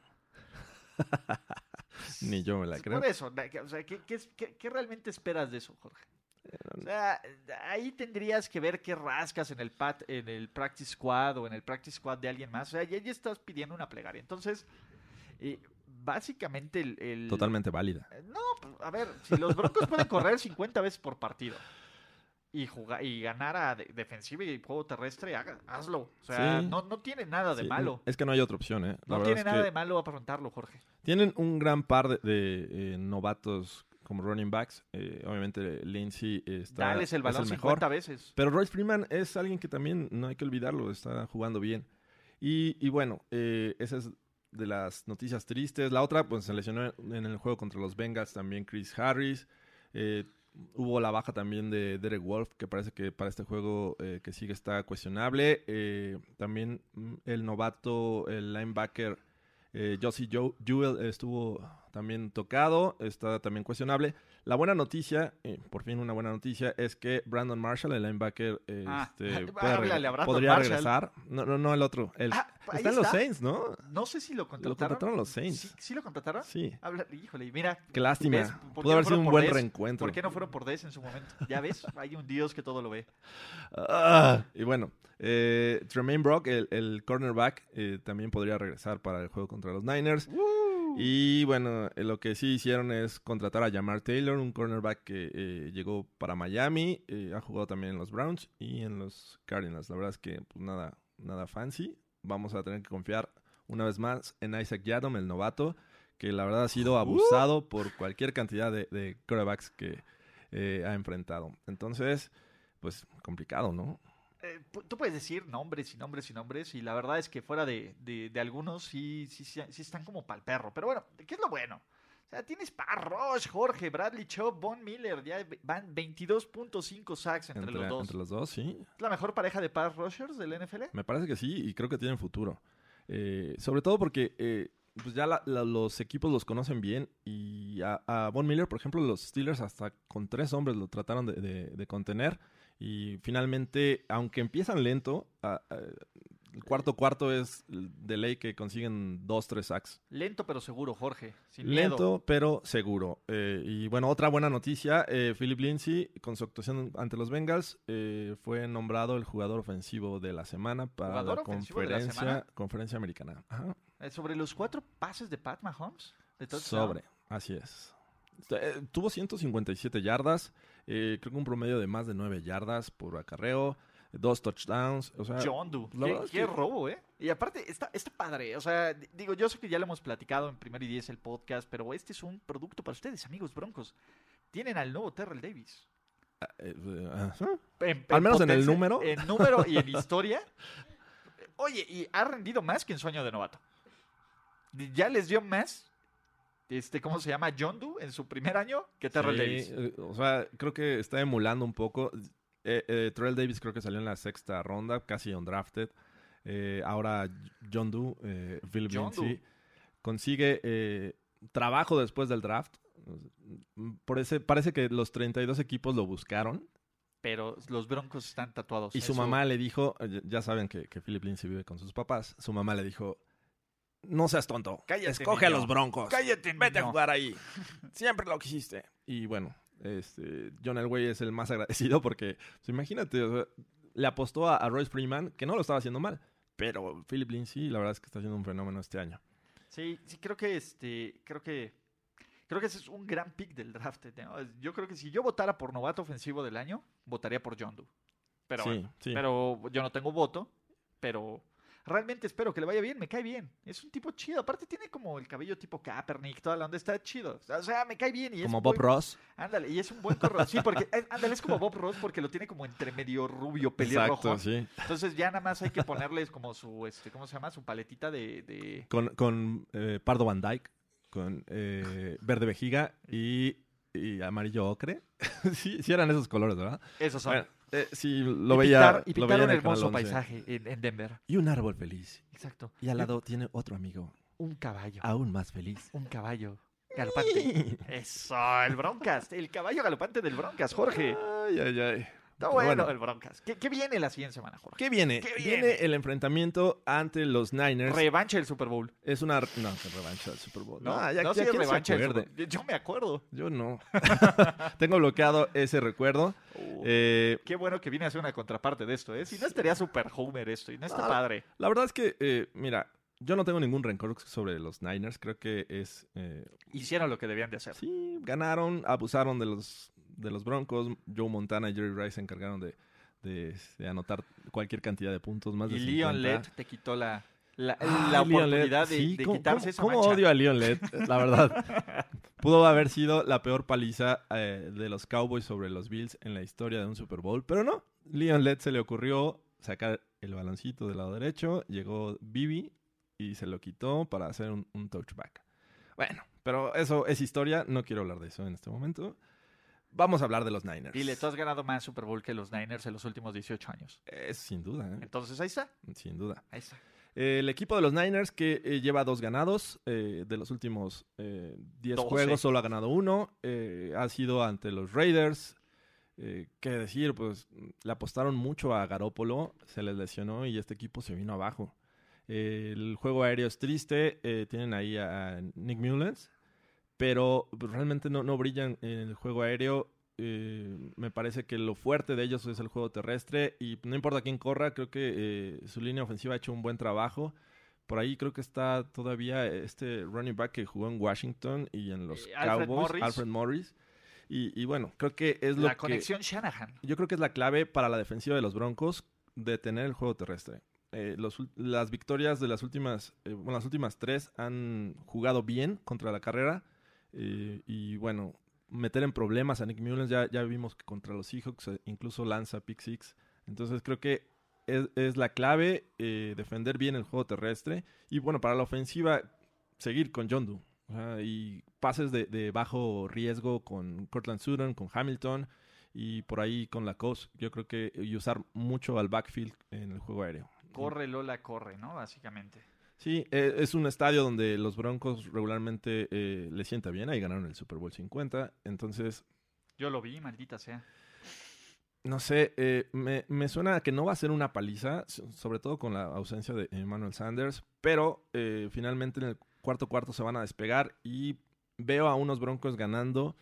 [SPEAKER 4] Ni yo me la creo.
[SPEAKER 5] Por eso, na- que- o sea, ¿qué, qué es- qué- qué realmente esperas de eso, Jorge? O sea, ahí tendrías que ver qué rascas en el pat, en el practice squad o en el practice squad de alguien más. O sea, ya, ya estás pidiendo una plegaria. Entonces, eh, básicamente el, el- pues,
[SPEAKER 4] Totalmente válida.
[SPEAKER 5] No, a ver, si los Broncos pueden correr 50 veces por partido y, jugar, y ganar a de- defensiva y juego terrestre, haga- hazlo. O sea,
[SPEAKER 4] Sí.
[SPEAKER 5] no, no tiene nada de
[SPEAKER 4] Sí,
[SPEAKER 5] malo.
[SPEAKER 4] Es que no hay otra opción, ¿eh? La
[SPEAKER 5] No
[SPEAKER 4] verdad
[SPEAKER 5] tiene
[SPEAKER 4] es
[SPEAKER 5] nada
[SPEAKER 4] que
[SPEAKER 5] de malo afrontarlo, Jorge.
[SPEAKER 4] Tienen un gran par de, de, eh, novatos como running backs. Eh, obviamente, Lindsey está.
[SPEAKER 5] Dales el
[SPEAKER 4] es
[SPEAKER 5] balón
[SPEAKER 4] mejor.
[SPEAKER 5] 50 veces.
[SPEAKER 4] Pero Royce Freeman es alguien que también no hay que olvidarlo, está jugando bien. Y, y bueno, eh, esa es de las noticias tristes. La otra, pues se lesionó en el juego contra los Bengals también Chris Harris. Eh, hubo la baja también de Derek Wolf, que parece que para este juego eh, que sigue está cuestionable. Eh, también mm, el novato, el linebacker eh, Josie Jo- Jewell estuvo también tocado, está también cuestionable. La buena noticia, eh, por fin una buena noticia, es que Brandon Marshall, el linebacker, eh,
[SPEAKER 5] Ah,
[SPEAKER 4] este, puede
[SPEAKER 5] háblale
[SPEAKER 4] regre-
[SPEAKER 5] a Brandon
[SPEAKER 4] podría
[SPEAKER 5] Marshall.
[SPEAKER 4] regresar. No, no, no, el otro. El,
[SPEAKER 5] Ah, ahí
[SPEAKER 4] está en los
[SPEAKER 5] está.
[SPEAKER 4] Saints, ¿no?
[SPEAKER 5] No sé si lo contrataron.
[SPEAKER 4] Lo contrataron los Saints.
[SPEAKER 5] ¿Sí, sí lo contrataron?
[SPEAKER 4] Sí.
[SPEAKER 5] Habla- híjole, mira.
[SPEAKER 4] Qué lástima.
[SPEAKER 5] ¿ves? ¿Por qué
[SPEAKER 4] Pudo
[SPEAKER 5] no
[SPEAKER 4] haber
[SPEAKER 5] fueron
[SPEAKER 4] sido un
[SPEAKER 5] por
[SPEAKER 4] buen
[SPEAKER 5] Dez?
[SPEAKER 4] reencuentro.
[SPEAKER 5] ¿Por qué no fueron por Des en su momento? Ya ves, hay un Dios que todo lo ve.
[SPEAKER 4] Ah, y bueno, eh, Tremaine Brock, el, el cornerback, eh, también podría regresar para el juego contra los Niners. Y bueno, eh, lo que sí hicieron es contratar a Jamar Taylor, un cornerback que eh, llegó para Miami, eh, ha jugado también en los Browns y en los Cardinals. La verdad es que pues, nada, nada fancy. Vamos a tener que confiar una vez más en Isaac Yadom, el novato, que la verdad ha sido abusado por cualquier cantidad de, de quarterbacks que eh, ha enfrentado. Entonces, pues complicado, ¿no?
[SPEAKER 5] Eh, pu- tú puedes decir nombres y nombres y nombres, y la verdad es que fuera de, de- de algunos sí, sí, sí- sí están como pal perro. Pero bueno, ¿qué es lo bueno? O sea, tienes Parrosh, Jorge, Bradley Chubb, Von Miller, ya ve- van 22.5 sacks entre, los dos.
[SPEAKER 4] entre los dos, sí.
[SPEAKER 5] ¿Es la mejor pareja de pass rushers del NFL?
[SPEAKER 4] Me parece que sí y creo que tienen futuro. Eh, sobre todo porque eh, pues ya la- la- los equipos los conocen bien y a, a Von Miller, por ejemplo, los Steelers hasta con tres hombres lo trataron de, de- de contener y finalmente, aunque empiezan lento, a- a- el cuarto cuarto es de ley que consiguen dos, tres sacks.
[SPEAKER 5] Lento pero seguro, Jorge. Sin
[SPEAKER 4] Lento,
[SPEAKER 5] miedo.
[SPEAKER 4] pero seguro. Eh, y bueno, otra buena noticia. eh, Philip Lindsay, con su actuación ante los Bengals, eh, fue nombrado el jugador ofensivo de la semana para la
[SPEAKER 5] ¿Jugador ofensivo de la
[SPEAKER 4] conferencia,
[SPEAKER 5] semana?
[SPEAKER 4] conferencia americana. Ajá.
[SPEAKER 5] Eh, sobre los cuatro pases de Pat Mahomes. De touchdown.
[SPEAKER 4] Sobre, así es. Eh, Tuvo 157 yardas, eh, creo que un promedio de más de 9 yardas por acarreo, dos touchdowns. O sea,
[SPEAKER 5] John Doe.
[SPEAKER 4] la
[SPEAKER 5] Qué,
[SPEAKER 4] verdad es
[SPEAKER 5] qué
[SPEAKER 4] que-
[SPEAKER 5] robo, ¿eh? Y aparte, está, está padre. O sea, d- digo, yo sé que ya lo hemos platicado en Primer y Diez el podcast, pero este es un producto para ustedes, amigos broncos. Tienen al nuevo Terrell Davis.
[SPEAKER 4] eh, eh, ajá.
[SPEAKER 5] En-
[SPEAKER 4] Al menos en el
[SPEAKER 5] potencia-
[SPEAKER 4] número.
[SPEAKER 5] En número y en historia. Oye, y ha rendido más que en sueño de novato. Ya les dio más, este, ¿cómo se llama? John Doe en su primer año que Terrell
[SPEAKER 4] Sí,
[SPEAKER 5] Davis.
[SPEAKER 4] eh, O sea, creo que está emulando un poco. Eh, eh, Terrell Davis creo que salió en la sexta ronda, casi undrafted. Eh, ahora John Doe, eh, Philip
[SPEAKER 5] John
[SPEAKER 4] Lindsay,
[SPEAKER 5] Doe.
[SPEAKER 4] consigue eh, trabajo después del draft. Por ese, parece que los 32 equipos lo buscaron
[SPEAKER 5] Pero los broncos están tatuados.
[SPEAKER 4] y su
[SPEAKER 5] Pues Eso-
[SPEAKER 4] mamá le dijo, eh, ya saben que, que Philip Lindsay vive con sus papás, su mamá le dijo, no seas tonto,
[SPEAKER 5] Cállate,
[SPEAKER 4] escoge a
[SPEAKER 5] niño.
[SPEAKER 4] los broncos.
[SPEAKER 5] Cállate,
[SPEAKER 4] Vete
[SPEAKER 5] niño.
[SPEAKER 4] a jugar ahí. Siempre lo quisiste. Y bueno, este, John Elway es el más agradecido porque, pues, imagínate, o sea, le apostó a, a Royce Freeman, que no lo estaba haciendo mal. Pero Philip Lindsay, la verdad es que está haciendo un fenómeno este año.
[SPEAKER 5] Sí, sí, creo que este, creo que creo que ese es un gran pick del draft. eh, ¿no? Yo creo que si yo votara por novato ofensivo del año, votaría por John Doe. Pero,
[SPEAKER 4] sí,
[SPEAKER 5] bueno,
[SPEAKER 4] sí.
[SPEAKER 5] pero yo no tengo voto, pero realmente espero que le vaya bien, me cae bien. Es un tipo chido, aparte tiene como el cabello tipo Kaepernick, toda la onda está chido. O sea, me cae bien y es
[SPEAKER 4] Como
[SPEAKER 5] un
[SPEAKER 4] Bob
[SPEAKER 5] buen-
[SPEAKER 4] Ross.
[SPEAKER 5] Ándale, y es un buen corredor. Sí, porque eh, ándale, es como Bob Ross porque lo tiene como entre medio rubio, pelirrojo.
[SPEAKER 4] Exacto, sí.
[SPEAKER 5] Entonces ya nada más hay que ponerles como su este, ¿cómo se llama? su paletita de- de
[SPEAKER 4] Con, con, eh, Pardo Van Dyke, con eh, Verde Vejiga y, y Amarillo Ocre. sí, sí eran esos colores, ¿verdad?
[SPEAKER 5] Esos son.
[SPEAKER 4] Bueno, eh, sí, lo
[SPEAKER 5] y
[SPEAKER 4] veía,
[SPEAKER 5] pintar- y
[SPEAKER 4] lo
[SPEAKER 5] pintar
[SPEAKER 4] veía en
[SPEAKER 5] un
[SPEAKER 4] el canal
[SPEAKER 5] hermoso
[SPEAKER 4] 11.
[SPEAKER 5] paisaje en, en Denver.
[SPEAKER 4] Y un árbol feliz.
[SPEAKER 5] Exacto.
[SPEAKER 4] Y al lado tiene otro amigo,
[SPEAKER 5] Un caballo.
[SPEAKER 4] aún más feliz.
[SPEAKER 5] Un caballo. Galopante. Eso, el Broncas. El caballo galopante del Broncas, Jorge.
[SPEAKER 4] Ay, ay, ay.
[SPEAKER 5] Está
[SPEAKER 4] Pero
[SPEAKER 5] bueno,
[SPEAKER 4] bueno.
[SPEAKER 5] el Broncas. ¿Qué, qué viene la siguiente semana, Jorge?
[SPEAKER 4] ¿Qué viene?
[SPEAKER 5] ¿Qué
[SPEAKER 4] viene?
[SPEAKER 5] viene?
[SPEAKER 4] el enfrentamiento ante los Niners.
[SPEAKER 5] Revancha del Super Bowl.
[SPEAKER 4] es una... No, que revancha del Super Bowl.
[SPEAKER 5] No,
[SPEAKER 4] Ah, ya,
[SPEAKER 5] no
[SPEAKER 4] ya
[SPEAKER 5] sí,
[SPEAKER 4] quién se
[SPEAKER 5] revancha del
[SPEAKER 4] acuerde.
[SPEAKER 5] Super Bowl. Yo me acuerdo.
[SPEAKER 4] Yo no. Tengo bloqueado ese recuerdo.
[SPEAKER 5] Uh,
[SPEAKER 4] Eh,
[SPEAKER 5] qué bueno que vine a hacer una contraparte de esto, ¿eh? Si no estaría super Homer esto y no está
[SPEAKER 4] Ah,
[SPEAKER 5] padre.
[SPEAKER 4] la verdad es que, eh, mira, yo no tengo ningún rencor sobre los Niners. Creo que es... eh,
[SPEAKER 5] Hicieron lo que debían de hacer.
[SPEAKER 4] sí, ganaron, abusaron de los de los Broncos. Joe Montana y Jerry Rice se encargaron de, de- de anotar cualquier cantidad de puntos. Más
[SPEAKER 5] Y
[SPEAKER 4] de
[SPEAKER 5] Leon
[SPEAKER 4] 50.
[SPEAKER 5] Lett te quitó la, la,
[SPEAKER 4] Ah,
[SPEAKER 5] la
[SPEAKER 4] Leon Lett,
[SPEAKER 5] oportunidad de,
[SPEAKER 4] sí,
[SPEAKER 5] de
[SPEAKER 4] ¿cómo-
[SPEAKER 5] quitarse
[SPEAKER 4] cómo-
[SPEAKER 5] esa
[SPEAKER 4] cómo
[SPEAKER 5] mancha.
[SPEAKER 4] odio a Leon Lett, la verdad. Pudo haber sido la peor paliza eh, de los Cowboys sobre los Bills en la historia de un Super Bowl, pero no. Leon Lett se le ocurrió sacar el baloncito del lado derecho, llegó Bibi y se lo quitó para hacer un, un touchback. Bueno, pero eso es historia, no quiero hablar de eso en este momento. Vamos a hablar de los Niners.
[SPEAKER 5] Dile, tú has ganado más Super Bowl que los Niners en los últimos 18 años.
[SPEAKER 4] Es sin duda, ¿eh?
[SPEAKER 5] Entonces ahí está,
[SPEAKER 4] sin duda.
[SPEAKER 5] ahí está.
[SPEAKER 4] Eh, El equipo de los Niners que eh, lleva dos ganados eh, de los últimos eh, 10
[SPEAKER 5] Doce.
[SPEAKER 4] juegos, solo ha ganado uno. eh, ha sido ante los Raiders. Eh, ¿Qué decir? Pues le apostaron mucho a Garópolo, se les lesionó y este equipo se vino abajo. Eh, el juego aéreo es triste, eh, tienen ahí a Nick Mullens, pero realmente no, no brillan en el juego aéreo. Eh, me parece que lo fuerte de ellos es el juego terrestre y no importa quién corra, creo que eh, su línea ofensiva ha hecho un buen trabajo. Por ahí creo que está todavía este running back que jugó en Washington y en los
[SPEAKER 5] Eh, Alfred
[SPEAKER 4] Cowboys,
[SPEAKER 5] Morris.
[SPEAKER 4] Alfred Morris. Y, y bueno, creo que es lo
[SPEAKER 5] la
[SPEAKER 4] que
[SPEAKER 5] conexión Shanahan.
[SPEAKER 4] yo creo que es la clave para la defensiva de los Broncos detener el juego terrestre. Eh, los ul- las victorias de las últimas, eh, bueno, las últimas tres han jugado bien contra la carrera eh, y bueno, meter en problemas a Nick Mullens ya, ya vimos que contra los Seahawks eh, incluso lanza pick six. Entonces creo que es, es la clave eh, defender bien el juego terrestre y bueno, para la ofensiva seguir con John Doe. Ajá, y pases de, de bajo riesgo con Cortland Sutton, con Hamilton y por ahí con la COS. Yo creo que y usar mucho al backfield en el juego aéreo.
[SPEAKER 5] Corre Lola, corre, ¿no? Básicamente.
[SPEAKER 4] Sí, eh, es un estadio donde los Broncos regularmente eh, le sienta bien. Ahí ganaron el Super Bowl 50. Entonces,
[SPEAKER 5] Yo lo vi, maldita sea.
[SPEAKER 4] no sé, eh, me, me suena a que no va a ser una paliza, so- sobre todo con la ausencia de Emmanuel Sanders, pero eh, finalmente en el cuarto cuarto se van a despegar y veo a unos Broncos ganando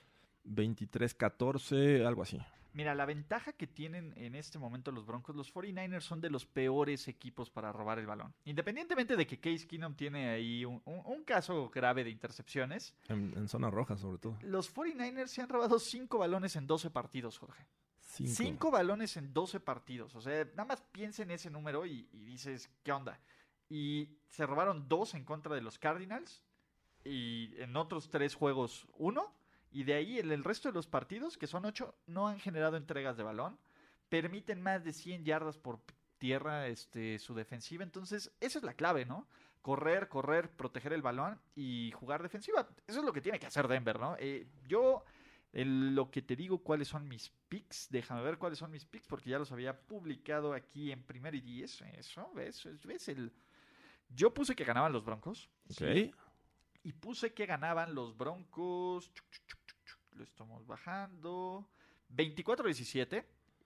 [SPEAKER 4] 23-14, algo así.
[SPEAKER 5] Mira, la ventaja que tienen en este momento los Broncos, los 49ers son de los peores equipos para robar el balón. Independientemente de que Case Keenum tiene ahí un- un- un caso grave de intercepciones,
[SPEAKER 4] En, en zona roja, sobre todo.
[SPEAKER 5] los 49ers se han robado 5 balones en 12 partidos, Jorge.
[SPEAKER 4] Cinco.
[SPEAKER 5] 5 balones en 12 partidos. O sea, nada más piensa en ese número y, y dices, ¿qué onda? Y se robaron 2 en contra de los Cardinals y en otros 3 juegos 1. Y de ahí en el resto de los partidos, que son 8, no han generado entregas de balón. Permiten más de 100 yardas por p- tierra este, su defensiva. Entonces, esa es la clave, ¿no? Correr, correr, proteger el balón y jugar defensiva. Eso es lo que tiene que hacer Denver, ¿no? Eh, yo el- lo que te digo, cuáles son mis picks. Déjame ver cuáles son mis picks, porque ya los había publicado aquí en primer y diez. Eso, ves, ves el. Yo puse que ganaban los Broncos. sí,
[SPEAKER 4] Ok.
[SPEAKER 5] Y puse que ganaban los Broncos. Chuc, chuc, chuc, chuc, chuc. Lo estamos bajando. 24-17.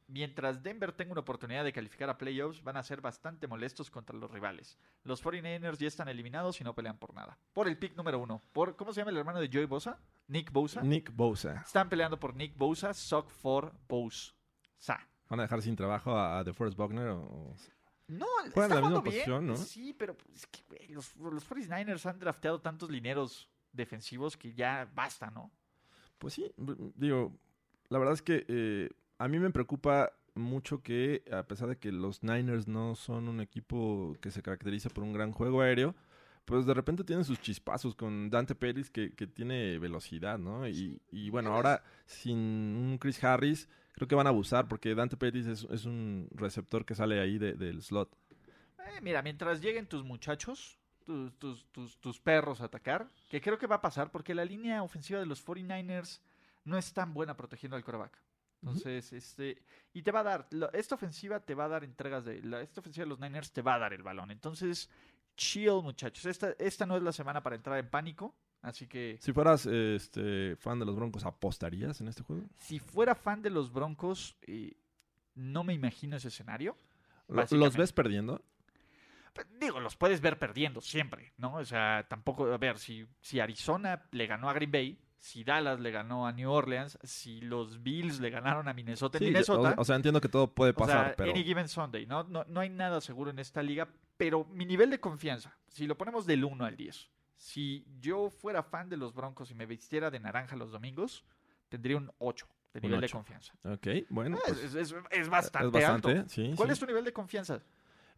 [SPEAKER 5] Mientras Denver tenga una oportunidad de calificar a playoffs, van a ser bastante molestos contra los rivales. Los 49ers ya están eliminados y no pelean por nada. Por el pick número uno. Por, ¿Cómo se llama el hermano de Joey Bosa? Nick Bosa.
[SPEAKER 4] Nick Bosa.
[SPEAKER 5] Están peleando por Nick Bosa, Sock for Bosa.
[SPEAKER 4] ¿Van a dejar sin trabajo a, a DeForest Buckner? o- o-
[SPEAKER 5] No,
[SPEAKER 4] Juegan
[SPEAKER 5] está
[SPEAKER 4] la misma
[SPEAKER 5] jugando bien.
[SPEAKER 4] posición, ¿no?
[SPEAKER 5] Sí, pero pues, es que, güey, los, los 49ers han drafteado tantos lineros defensivos que ya basta, ¿no?
[SPEAKER 4] Pues sí, b- digo, la verdad es que eh, a mí me preocupa mucho que, a pesar de que los Niners no son un equipo que se caracteriza por un gran juego aéreo, pues de repente tienen sus chispazos con Dante Pérez que, que tiene velocidad, ¿no? Y, y bueno, ahora sin un Chris Harris, creo que van a abusar porque Dante Pérez es, es un receptor que sale ahí de- del slot.
[SPEAKER 5] Eh, mira, mientras lleguen tus muchachos, tus, tus- tus- tus perros a atacar, que creo que va a pasar porque la línea ofensiva de los 49ers no es tan buena protegiendo al coreback. Entonces, este, y te va a dar, lo- esta ofensiva te va a dar entregas de, la- esta ofensiva de los Niners te va a dar el balón. Entonces, chill muchachos, esta, esta no es la semana para entrar en pánico, así que
[SPEAKER 4] Si fueras eh, este, fan de los Broncos, ¿apostarías en este juego?
[SPEAKER 5] si fuera fan de los Broncos, eh, no me imagino ese escenario.
[SPEAKER 4] ¿Lo- ¿Los
[SPEAKER 5] Básicamente.
[SPEAKER 4] ves perdiendo?
[SPEAKER 5] Pues, Digo, los puedes ver perdiendo siempre, ¿no? O sea, tampoco, a ver, si, si Arizona le ganó a Green Bay, si Dallas le ganó a New Orleans, si los Bills le ganaron a Minnesota, en
[SPEAKER 4] Sí,
[SPEAKER 5] Minnesota.
[SPEAKER 4] o, o sea, entiendo que todo puede
[SPEAKER 5] o sea,
[SPEAKER 4] pasar, pero...
[SPEAKER 5] any given Sunday, ¿no? ¿no? No hay nada seguro en esta liga, pero mi nivel de confianza, si lo ponemos del 1 al 10, si yo fuera fan de los Broncos y me vistiera de naranja los domingos, tendría un 8 de
[SPEAKER 4] Un
[SPEAKER 5] nivel de
[SPEAKER 4] ocho.
[SPEAKER 5] confianza.
[SPEAKER 4] Ok, bueno.
[SPEAKER 5] Ah,
[SPEAKER 4] pues,
[SPEAKER 5] es, es- es bastante,
[SPEAKER 4] es bastante,
[SPEAKER 5] alto.
[SPEAKER 4] sí,
[SPEAKER 5] ¿Cuál
[SPEAKER 4] sí.
[SPEAKER 5] es tu nivel de confianza?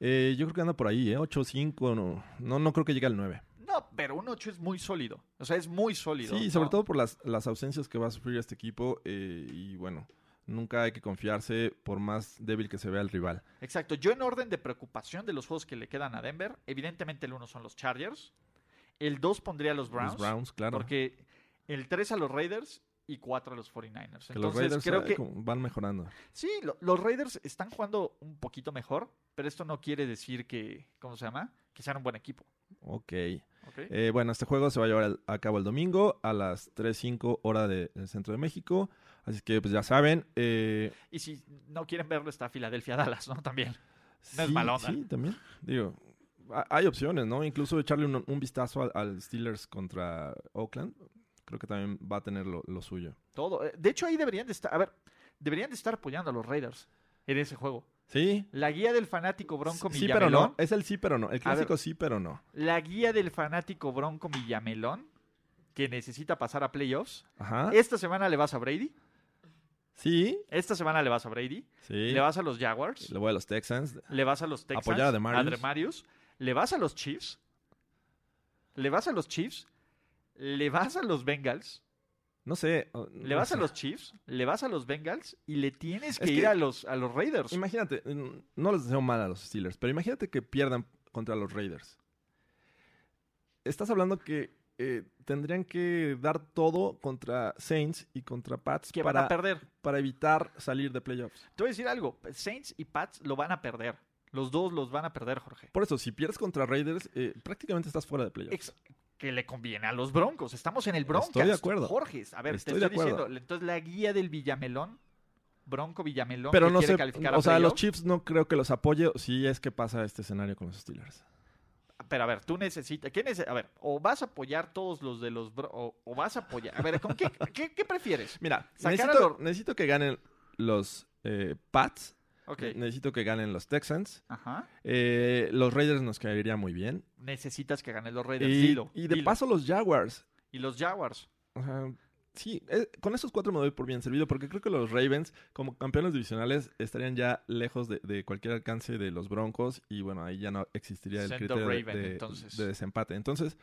[SPEAKER 4] eh, yo creo que anda por ahí, ¿eh? 8, 5, no, no, no creo que llegue al 9.
[SPEAKER 5] No, pero un 8 es muy sólido. O sea, es muy sólido.
[SPEAKER 4] Sí, sobre
[SPEAKER 5] ¿no?
[SPEAKER 4] todo por las, las ausencias que va a sufrir este equipo eh, y bueno, nunca hay que confiarse por más débil que se vea el rival.
[SPEAKER 5] Exacto. Yo en orden de preocupación de los juegos que le quedan a Denver, evidentemente el 1 son los Chargers. El 2 pondría a los Browns.
[SPEAKER 4] los Browns, claro.
[SPEAKER 5] Porque el 3 a los Raiders y 4 a los 49ers.
[SPEAKER 4] que los
[SPEAKER 5] Entonces
[SPEAKER 4] Raiders
[SPEAKER 5] creo
[SPEAKER 4] eh,
[SPEAKER 5] que
[SPEAKER 4] como van mejorando.
[SPEAKER 5] sí, lo- los Raiders están jugando un poquito mejor, pero esto no quiere decir que, ¿cómo se llama? Que sean un buen equipo.
[SPEAKER 4] Ok.
[SPEAKER 5] ¿ok?
[SPEAKER 4] Eh, bueno, este juego se va a llevar al- a cabo el domingo a las 3.05 hora de- del centro de México. Así que pues ya saben. eh,
[SPEAKER 5] Y si no quieren verlo, está Filadelfia Dallas, ¿no? También. No es
[SPEAKER 4] sí,
[SPEAKER 5] mala onda.
[SPEAKER 4] Sí, también. Digo, ha- hay opciones, ¿no? Incluso echarle un, un vistazo al, al Steelers contra Oakland. Creo que también va a tener lo, lo suyo.
[SPEAKER 5] Todo. Eh, De hecho, ahí deberían de estar. A ver, deberían de estar apoyando a los Raiders en ese juego.
[SPEAKER 4] Sí.
[SPEAKER 5] La guía del fanático Bronco
[SPEAKER 4] Sí, pero no.
[SPEAKER 5] Villamelón.
[SPEAKER 4] Es el sí, pero no. El
[SPEAKER 5] A ver.
[SPEAKER 4] clásico sí, pero no.
[SPEAKER 5] La guía del fanático Bronco Villamelón, que necesita pasar a playoffs.
[SPEAKER 4] Ajá.
[SPEAKER 5] Esta semana le vas a Brady.
[SPEAKER 4] Sí.
[SPEAKER 5] Esta semana le vas a Brady.
[SPEAKER 4] Sí.
[SPEAKER 5] Le vas a los Jaguars.
[SPEAKER 4] Le voy a los Texans.
[SPEAKER 5] Le vas a los Texans.
[SPEAKER 4] Apoyar a Demarius.
[SPEAKER 5] Demarius, Le vas a los Chiefs. Le vas a los Chiefs. Le vas a los Bengals.
[SPEAKER 4] No sé. o-
[SPEAKER 5] Le
[SPEAKER 4] no
[SPEAKER 5] vas
[SPEAKER 4] sé.
[SPEAKER 5] a los Chiefs. Le vas a los Bengals. Y le tienes que,
[SPEAKER 4] Es que-
[SPEAKER 5] ir a los, a los Raiders.
[SPEAKER 4] Imagínate, mm, no les deseo mal a los Steelers, pero imagínate que pierdan contra los Raiders. Estás hablando que eh, tendrían que dar todo contra Saints y contra Pats
[SPEAKER 5] Que van a
[SPEAKER 4] para,
[SPEAKER 5] perder.
[SPEAKER 4] para evitar salir de playoffs.
[SPEAKER 5] Te voy a decir algo. Saints y Pats lo van a perder. Los dos los van a perder, Jorge.
[SPEAKER 4] Por eso, si pierdes contra Raiders, eh, prácticamente estás fuera de playoffs.
[SPEAKER 5] Ex- que le conviene a los Broncos. Estamos en el Broncos.
[SPEAKER 4] Estoy de acuerdo.
[SPEAKER 5] Jorge, a ver,
[SPEAKER 4] Estoy
[SPEAKER 5] te
[SPEAKER 4] de
[SPEAKER 5] estoy
[SPEAKER 4] acuerdo.
[SPEAKER 5] diciendo. Entonces, la guía del Villamelón, Bronco Villamelón,
[SPEAKER 4] pero
[SPEAKER 5] que
[SPEAKER 4] no
[SPEAKER 5] quiere
[SPEAKER 4] sé,
[SPEAKER 5] calificar a
[SPEAKER 4] o sea, los
[SPEAKER 5] playoffs.
[SPEAKER 4] Chiefs no creo que los apoye si es que pasa este escenario con los Steelers.
[SPEAKER 5] Pero a ver, tú necesitas. ¿quién es? A ver, o vas a apoyar todos los de los. Bro- O, o vas a apoyar. A ver, ¿con qué, qué, qué prefieres?
[SPEAKER 4] Mira,
[SPEAKER 5] Sacar a
[SPEAKER 4] necesito,
[SPEAKER 5] los-
[SPEAKER 4] necesito que ganen los eh, Pats,
[SPEAKER 5] Ok.
[SPEAKER 4] necesito que ganen los Texans,
[SPEAKER 5] Ajá.
[SPEAKER 4] eh, los Raiders nos caería muy bien,
[SPEAKER 5] Necesitas que ganen los Raiders.
[SPEAKER 4] Y,
[SPEAKER 5] dilo,
[SPEAKER 4] y de
[SPEAKER 5] dilo.
[SPEAKER 4] paso los Jaguars.
[SPEAKER 5] Y los Jaguars.
[SPEAKER 4] O sea, sí, eh, con esos cuatro me doy por bien servido porque creo que los Ravens, como campeones divisionales, estarían ya lejos de, de cualquier alcance de los Broncos y bueno, ahí ya no existiría el
[SPEAKER 5] Send the
[SPEAKER 4] criterio de-
[SPEAKER 5] Raven,
[SPEAKER 4] de,
[SPEAKER 5] entonces.
[SPEAKER 4] de desempate. Entonces,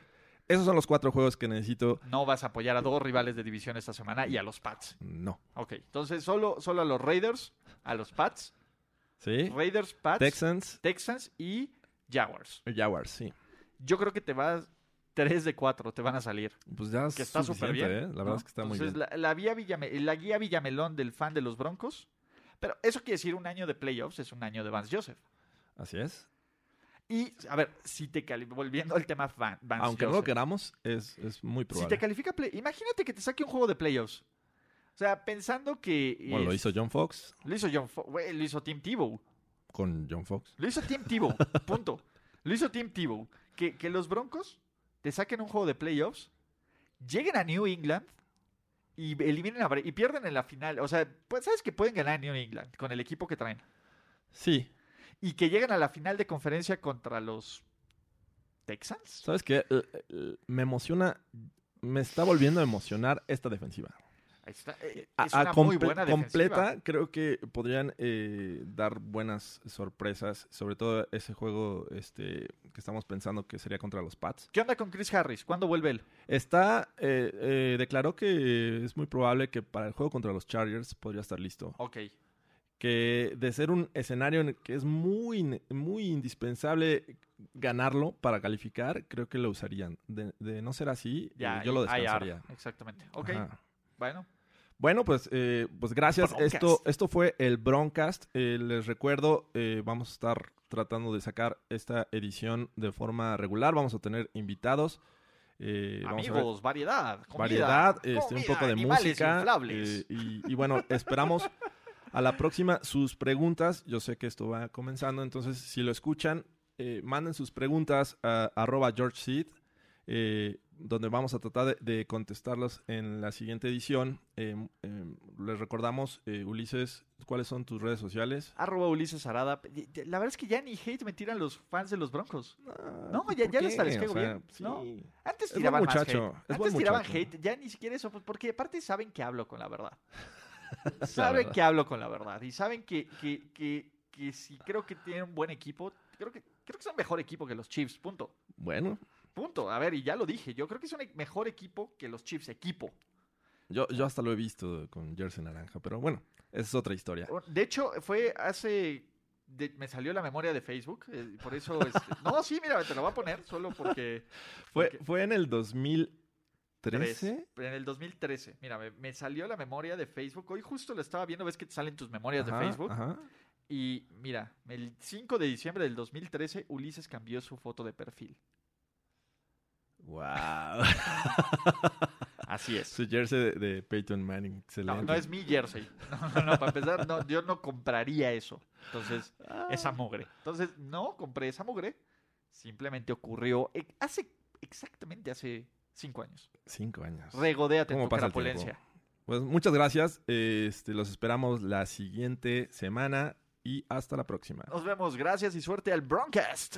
[SPEAKER 4] esos son los cuatro juegos que necesito.
[SPEAKER 5] No vas a apoyar a dos rivales de división esta semana y a los Pats.
[SPEAKER 4] No.
[SPEAKER 5] Ok. Entonces, solo, solo a los Raiders, a los Pats.
[SPEAKER 4] ¿Sí?
[SPEAKER 5] Raiders, Pats.
[SPEAKER 4] Texans,
[SPEAKER 5] Texans y Jaguars.
[SPEAKER 4] Jaguars, sí.
[SPEAKER 5] Yo creo que te vas 3 de 4, te van a salir.
[SPEAKER 4] Pues ya es
[SPEAKER 5] Que está súper
[SPEAKER 4] suficiente,
[SPEAKER 5] bien.
[SPEAKER 4] ¿eh? La verdad
[SPEAKER 5] ¿no?
[SPEAKER 4] es que está muy
[SPEAKER 5] Entonces,
[SPEAKER 4] bien.
[SPEAKER 5] La, la vía Villame- la guía Villamelón del fan de los Broncos. Pero eso quiere decir un año de playoffs, es un año de Vance Joseph.
[SPEAKER 4] Así es.
[SPEAKER 5] Y, a ver, si te cali- volviendo al tema Van- Vance
[SPEAKER 4] Aunque no lo ¿eh?
[SPEAKER 5] Joseph.
[SPEAKER 4] queramos, es, es muy
[SPEAKER 5] si te
[SPEAKER 4] probable.
[SPEAKER 5] califica, play- imagínate que te saque un juego de playoffs. O sea, pensando que...
[SPEAKER 4] Bueno, lo
[SPEAKER 5] es-
[SPEAKER 4] hizo John Fox
[SPEAKER 5] Lo hizo John Fo- güey, lo hizo Tim Tebow.
[SPEAKER 4] con John Fox.
[SPEAKER 5] Lo hizo Tim Tebow, punto. Lo hizo Tim Tebow. Que, que los Broncos te saquen un juego de playoffs, lleguen a New England y eliminen a Bra- y pierden en la final. O sea, pues sabes que pueden ganar en New England con el equipo que traen.
[SPEAKER 4] Sí,
[SPEAKER 5] Y que lleguen a la final de conferencia contra los Texans.
[SPEAKER 4] ¿Sabes qué? L- l- Me emociona, me está volviendo a emocionar esta defensiva.
[SPEAKER 5] Ahí está. Eh,
[SPEAKER 4] A-
[SPEAKER 5] Es
[SPEAKER 4] a
[SPEAKER 5] una muy
[SPEAKER 4] comple-
[SPEAKER 5] buena defensiva.
[SPEAKER 4] completa, creo que podrían eh, dar buenas sorpresas, sobre todo ese juego este, que estamos pensando que sería contra los Pats.
[SPEAKER 5] ¿Qué onda con Chris Harris? ¿Cuándo vuelve él?
[SPEAKER 4] Está, eh, eh, declaró que es muy probable que para el juego contra los Chargers podría estar listo.
[SPEAKER 5] Ok.
[SPEAKER 4] Que de ser un escenario en el que es muy, ne- muy indispensable ganarlo para calificar, creo que lo usarían. De, de no ser así, eh,
[SPEAKER 5] Ya,
[SPEAKER 4] yo lo
[SPEAKER 5] IR,
[SPEAKER 4] descansaría.
[SPEAKER 5] Exactamente. Ok,
[SPEAKER 4] Ajá.
[SPEAKER 5] bueno.
[SPEAKER 4] Bueno, pues, eh, pues gracias.
[SPEAKER 5] Broncast.
[SPEAKER 4] Esto, esto fue el Broncast. Eh, les recuerdo, eh, vamos a estar tratando de sacar esta edición de forma regular. Vamos a tener invitados. Eh, vamos a ver
[SPEAKER 5] Amigos, variedad, comida,
[SPEAKER 4] variedad, este, un
[SPEAKER 5] comida,
[SPEAKER 4] poco de
[SPEAKER 5] animales
[SPEAKER 4] música.
[SPEAKER 5] inflables.
[SPEAKER 4] eh, y, y bueno, esperamos a la próxima sus preguntas. Yo sé que esto va comenzando, entonces si lo escuchan, eh, manden sus preguntas a arroba George Seed, eh, donde vamos a tratar de, de contestarlas en la siguiente edición. Eh, eh, les recordamos, eh, Ulises, ¿cuáles son tus redes sociales?
[SPEAKER 5] Arroba Ulises Arada. Y- y- La verdad es que ya ni hate me tiran los fans de los Broncos. Ah, No, ya-
[SPEAKER 4] ¿por
[SPEAKER 5] ya les
[SPEAKER 4] qué?
[SPEAKER 5] talesqueo
[SPEAKER 4] O sea,
[SPEAKER 5] bien, ¿no?
[SPEAKER 4] sí.
[SPEAKER 5] Antes
[SPEAKER 4] Es buen
[SPEAKER 5] tiraban más
[SPEAKER 4] muchacho,
[SPEAKER 5] hate.
[SPEAKER 4] es buen
[SPEAKER 5] Antes tiraban
[SPEAKER 4] muchacho.
[SPEAKER 5] hate. Ya ni siquiera eso, pues, porque aparte saben que hablo con la verdad. saben
[SPEAKER 4] verdad.
[SPEAKER 5] que hablo con la verdad y saben que, que, que, que si creo que tienen un buen equipo, creo que, creo que son mejor equipo que los Chiefs, punto.
[SPEAKER 4] Bueno,
[SPEAKER 5] Punto. A ver, y ya lo dije, yo creo que es un e- mejor equipo que los Chiefs, equipo.
[SPEAKER 4] yo, yo hasta lo he visto con jersey naranja, pero bueno, esa es otra historia.
[SPEAKER 5] De hecho, fue hace... de- me salió la memoria de Facebook, eh, por eso... este, no, sí, mira, te lo voy a poner solo porque...
[SPEAKER 4] Fue,
[SPEAKER 5] porque-
[SPEAKER 4] fue en el 2013.
[SPEAKER 5] Tres. Pero en el 2013, mira, me, me salió la memoria de Facebook. Hoy justo lo estaba viendo, ves que te salen tus memorias
[SPEAKER 4] Ajá,
[SPEAKER 5] de Facebook.
[SPEAKER 4] ajá.
[SPEAKER 5] Y mira, el 5 de diciembre del 2013, Ulises cambió su foto de perfil.
[SPEAKER 4] Wow.
[SPEAKER 5] Así es.
[SPEAKER 4] Su jersey de, de Peyton Manning,
[SPEAKER 5] No,
[SPEAKER 4] excelente.
[SPEAKER 5] no es mi jersey. No, no, no, para empezar, no, yo no compraría eso. Entonces, esa mugre. Entonces, no compré esa mugre. Simplemente ocurrió e- hace exactamente hace cinco años.
[SPEAKER 4] Cinco años.
[SPEAKER 5] Regodéate en
[SPEAKER 4] ¿Cómo
[SPEAKER 5] tu
[SPEAKER 4] pasa el
[SPEAKER 5] carapulencia.
[SPEAKER 4] Pues muchas gracias. Este, los esperamos la siguiente semana y hasta la próxima.
[SPEAKER 5] Nos vemos. Gracias y suerte al Broncast.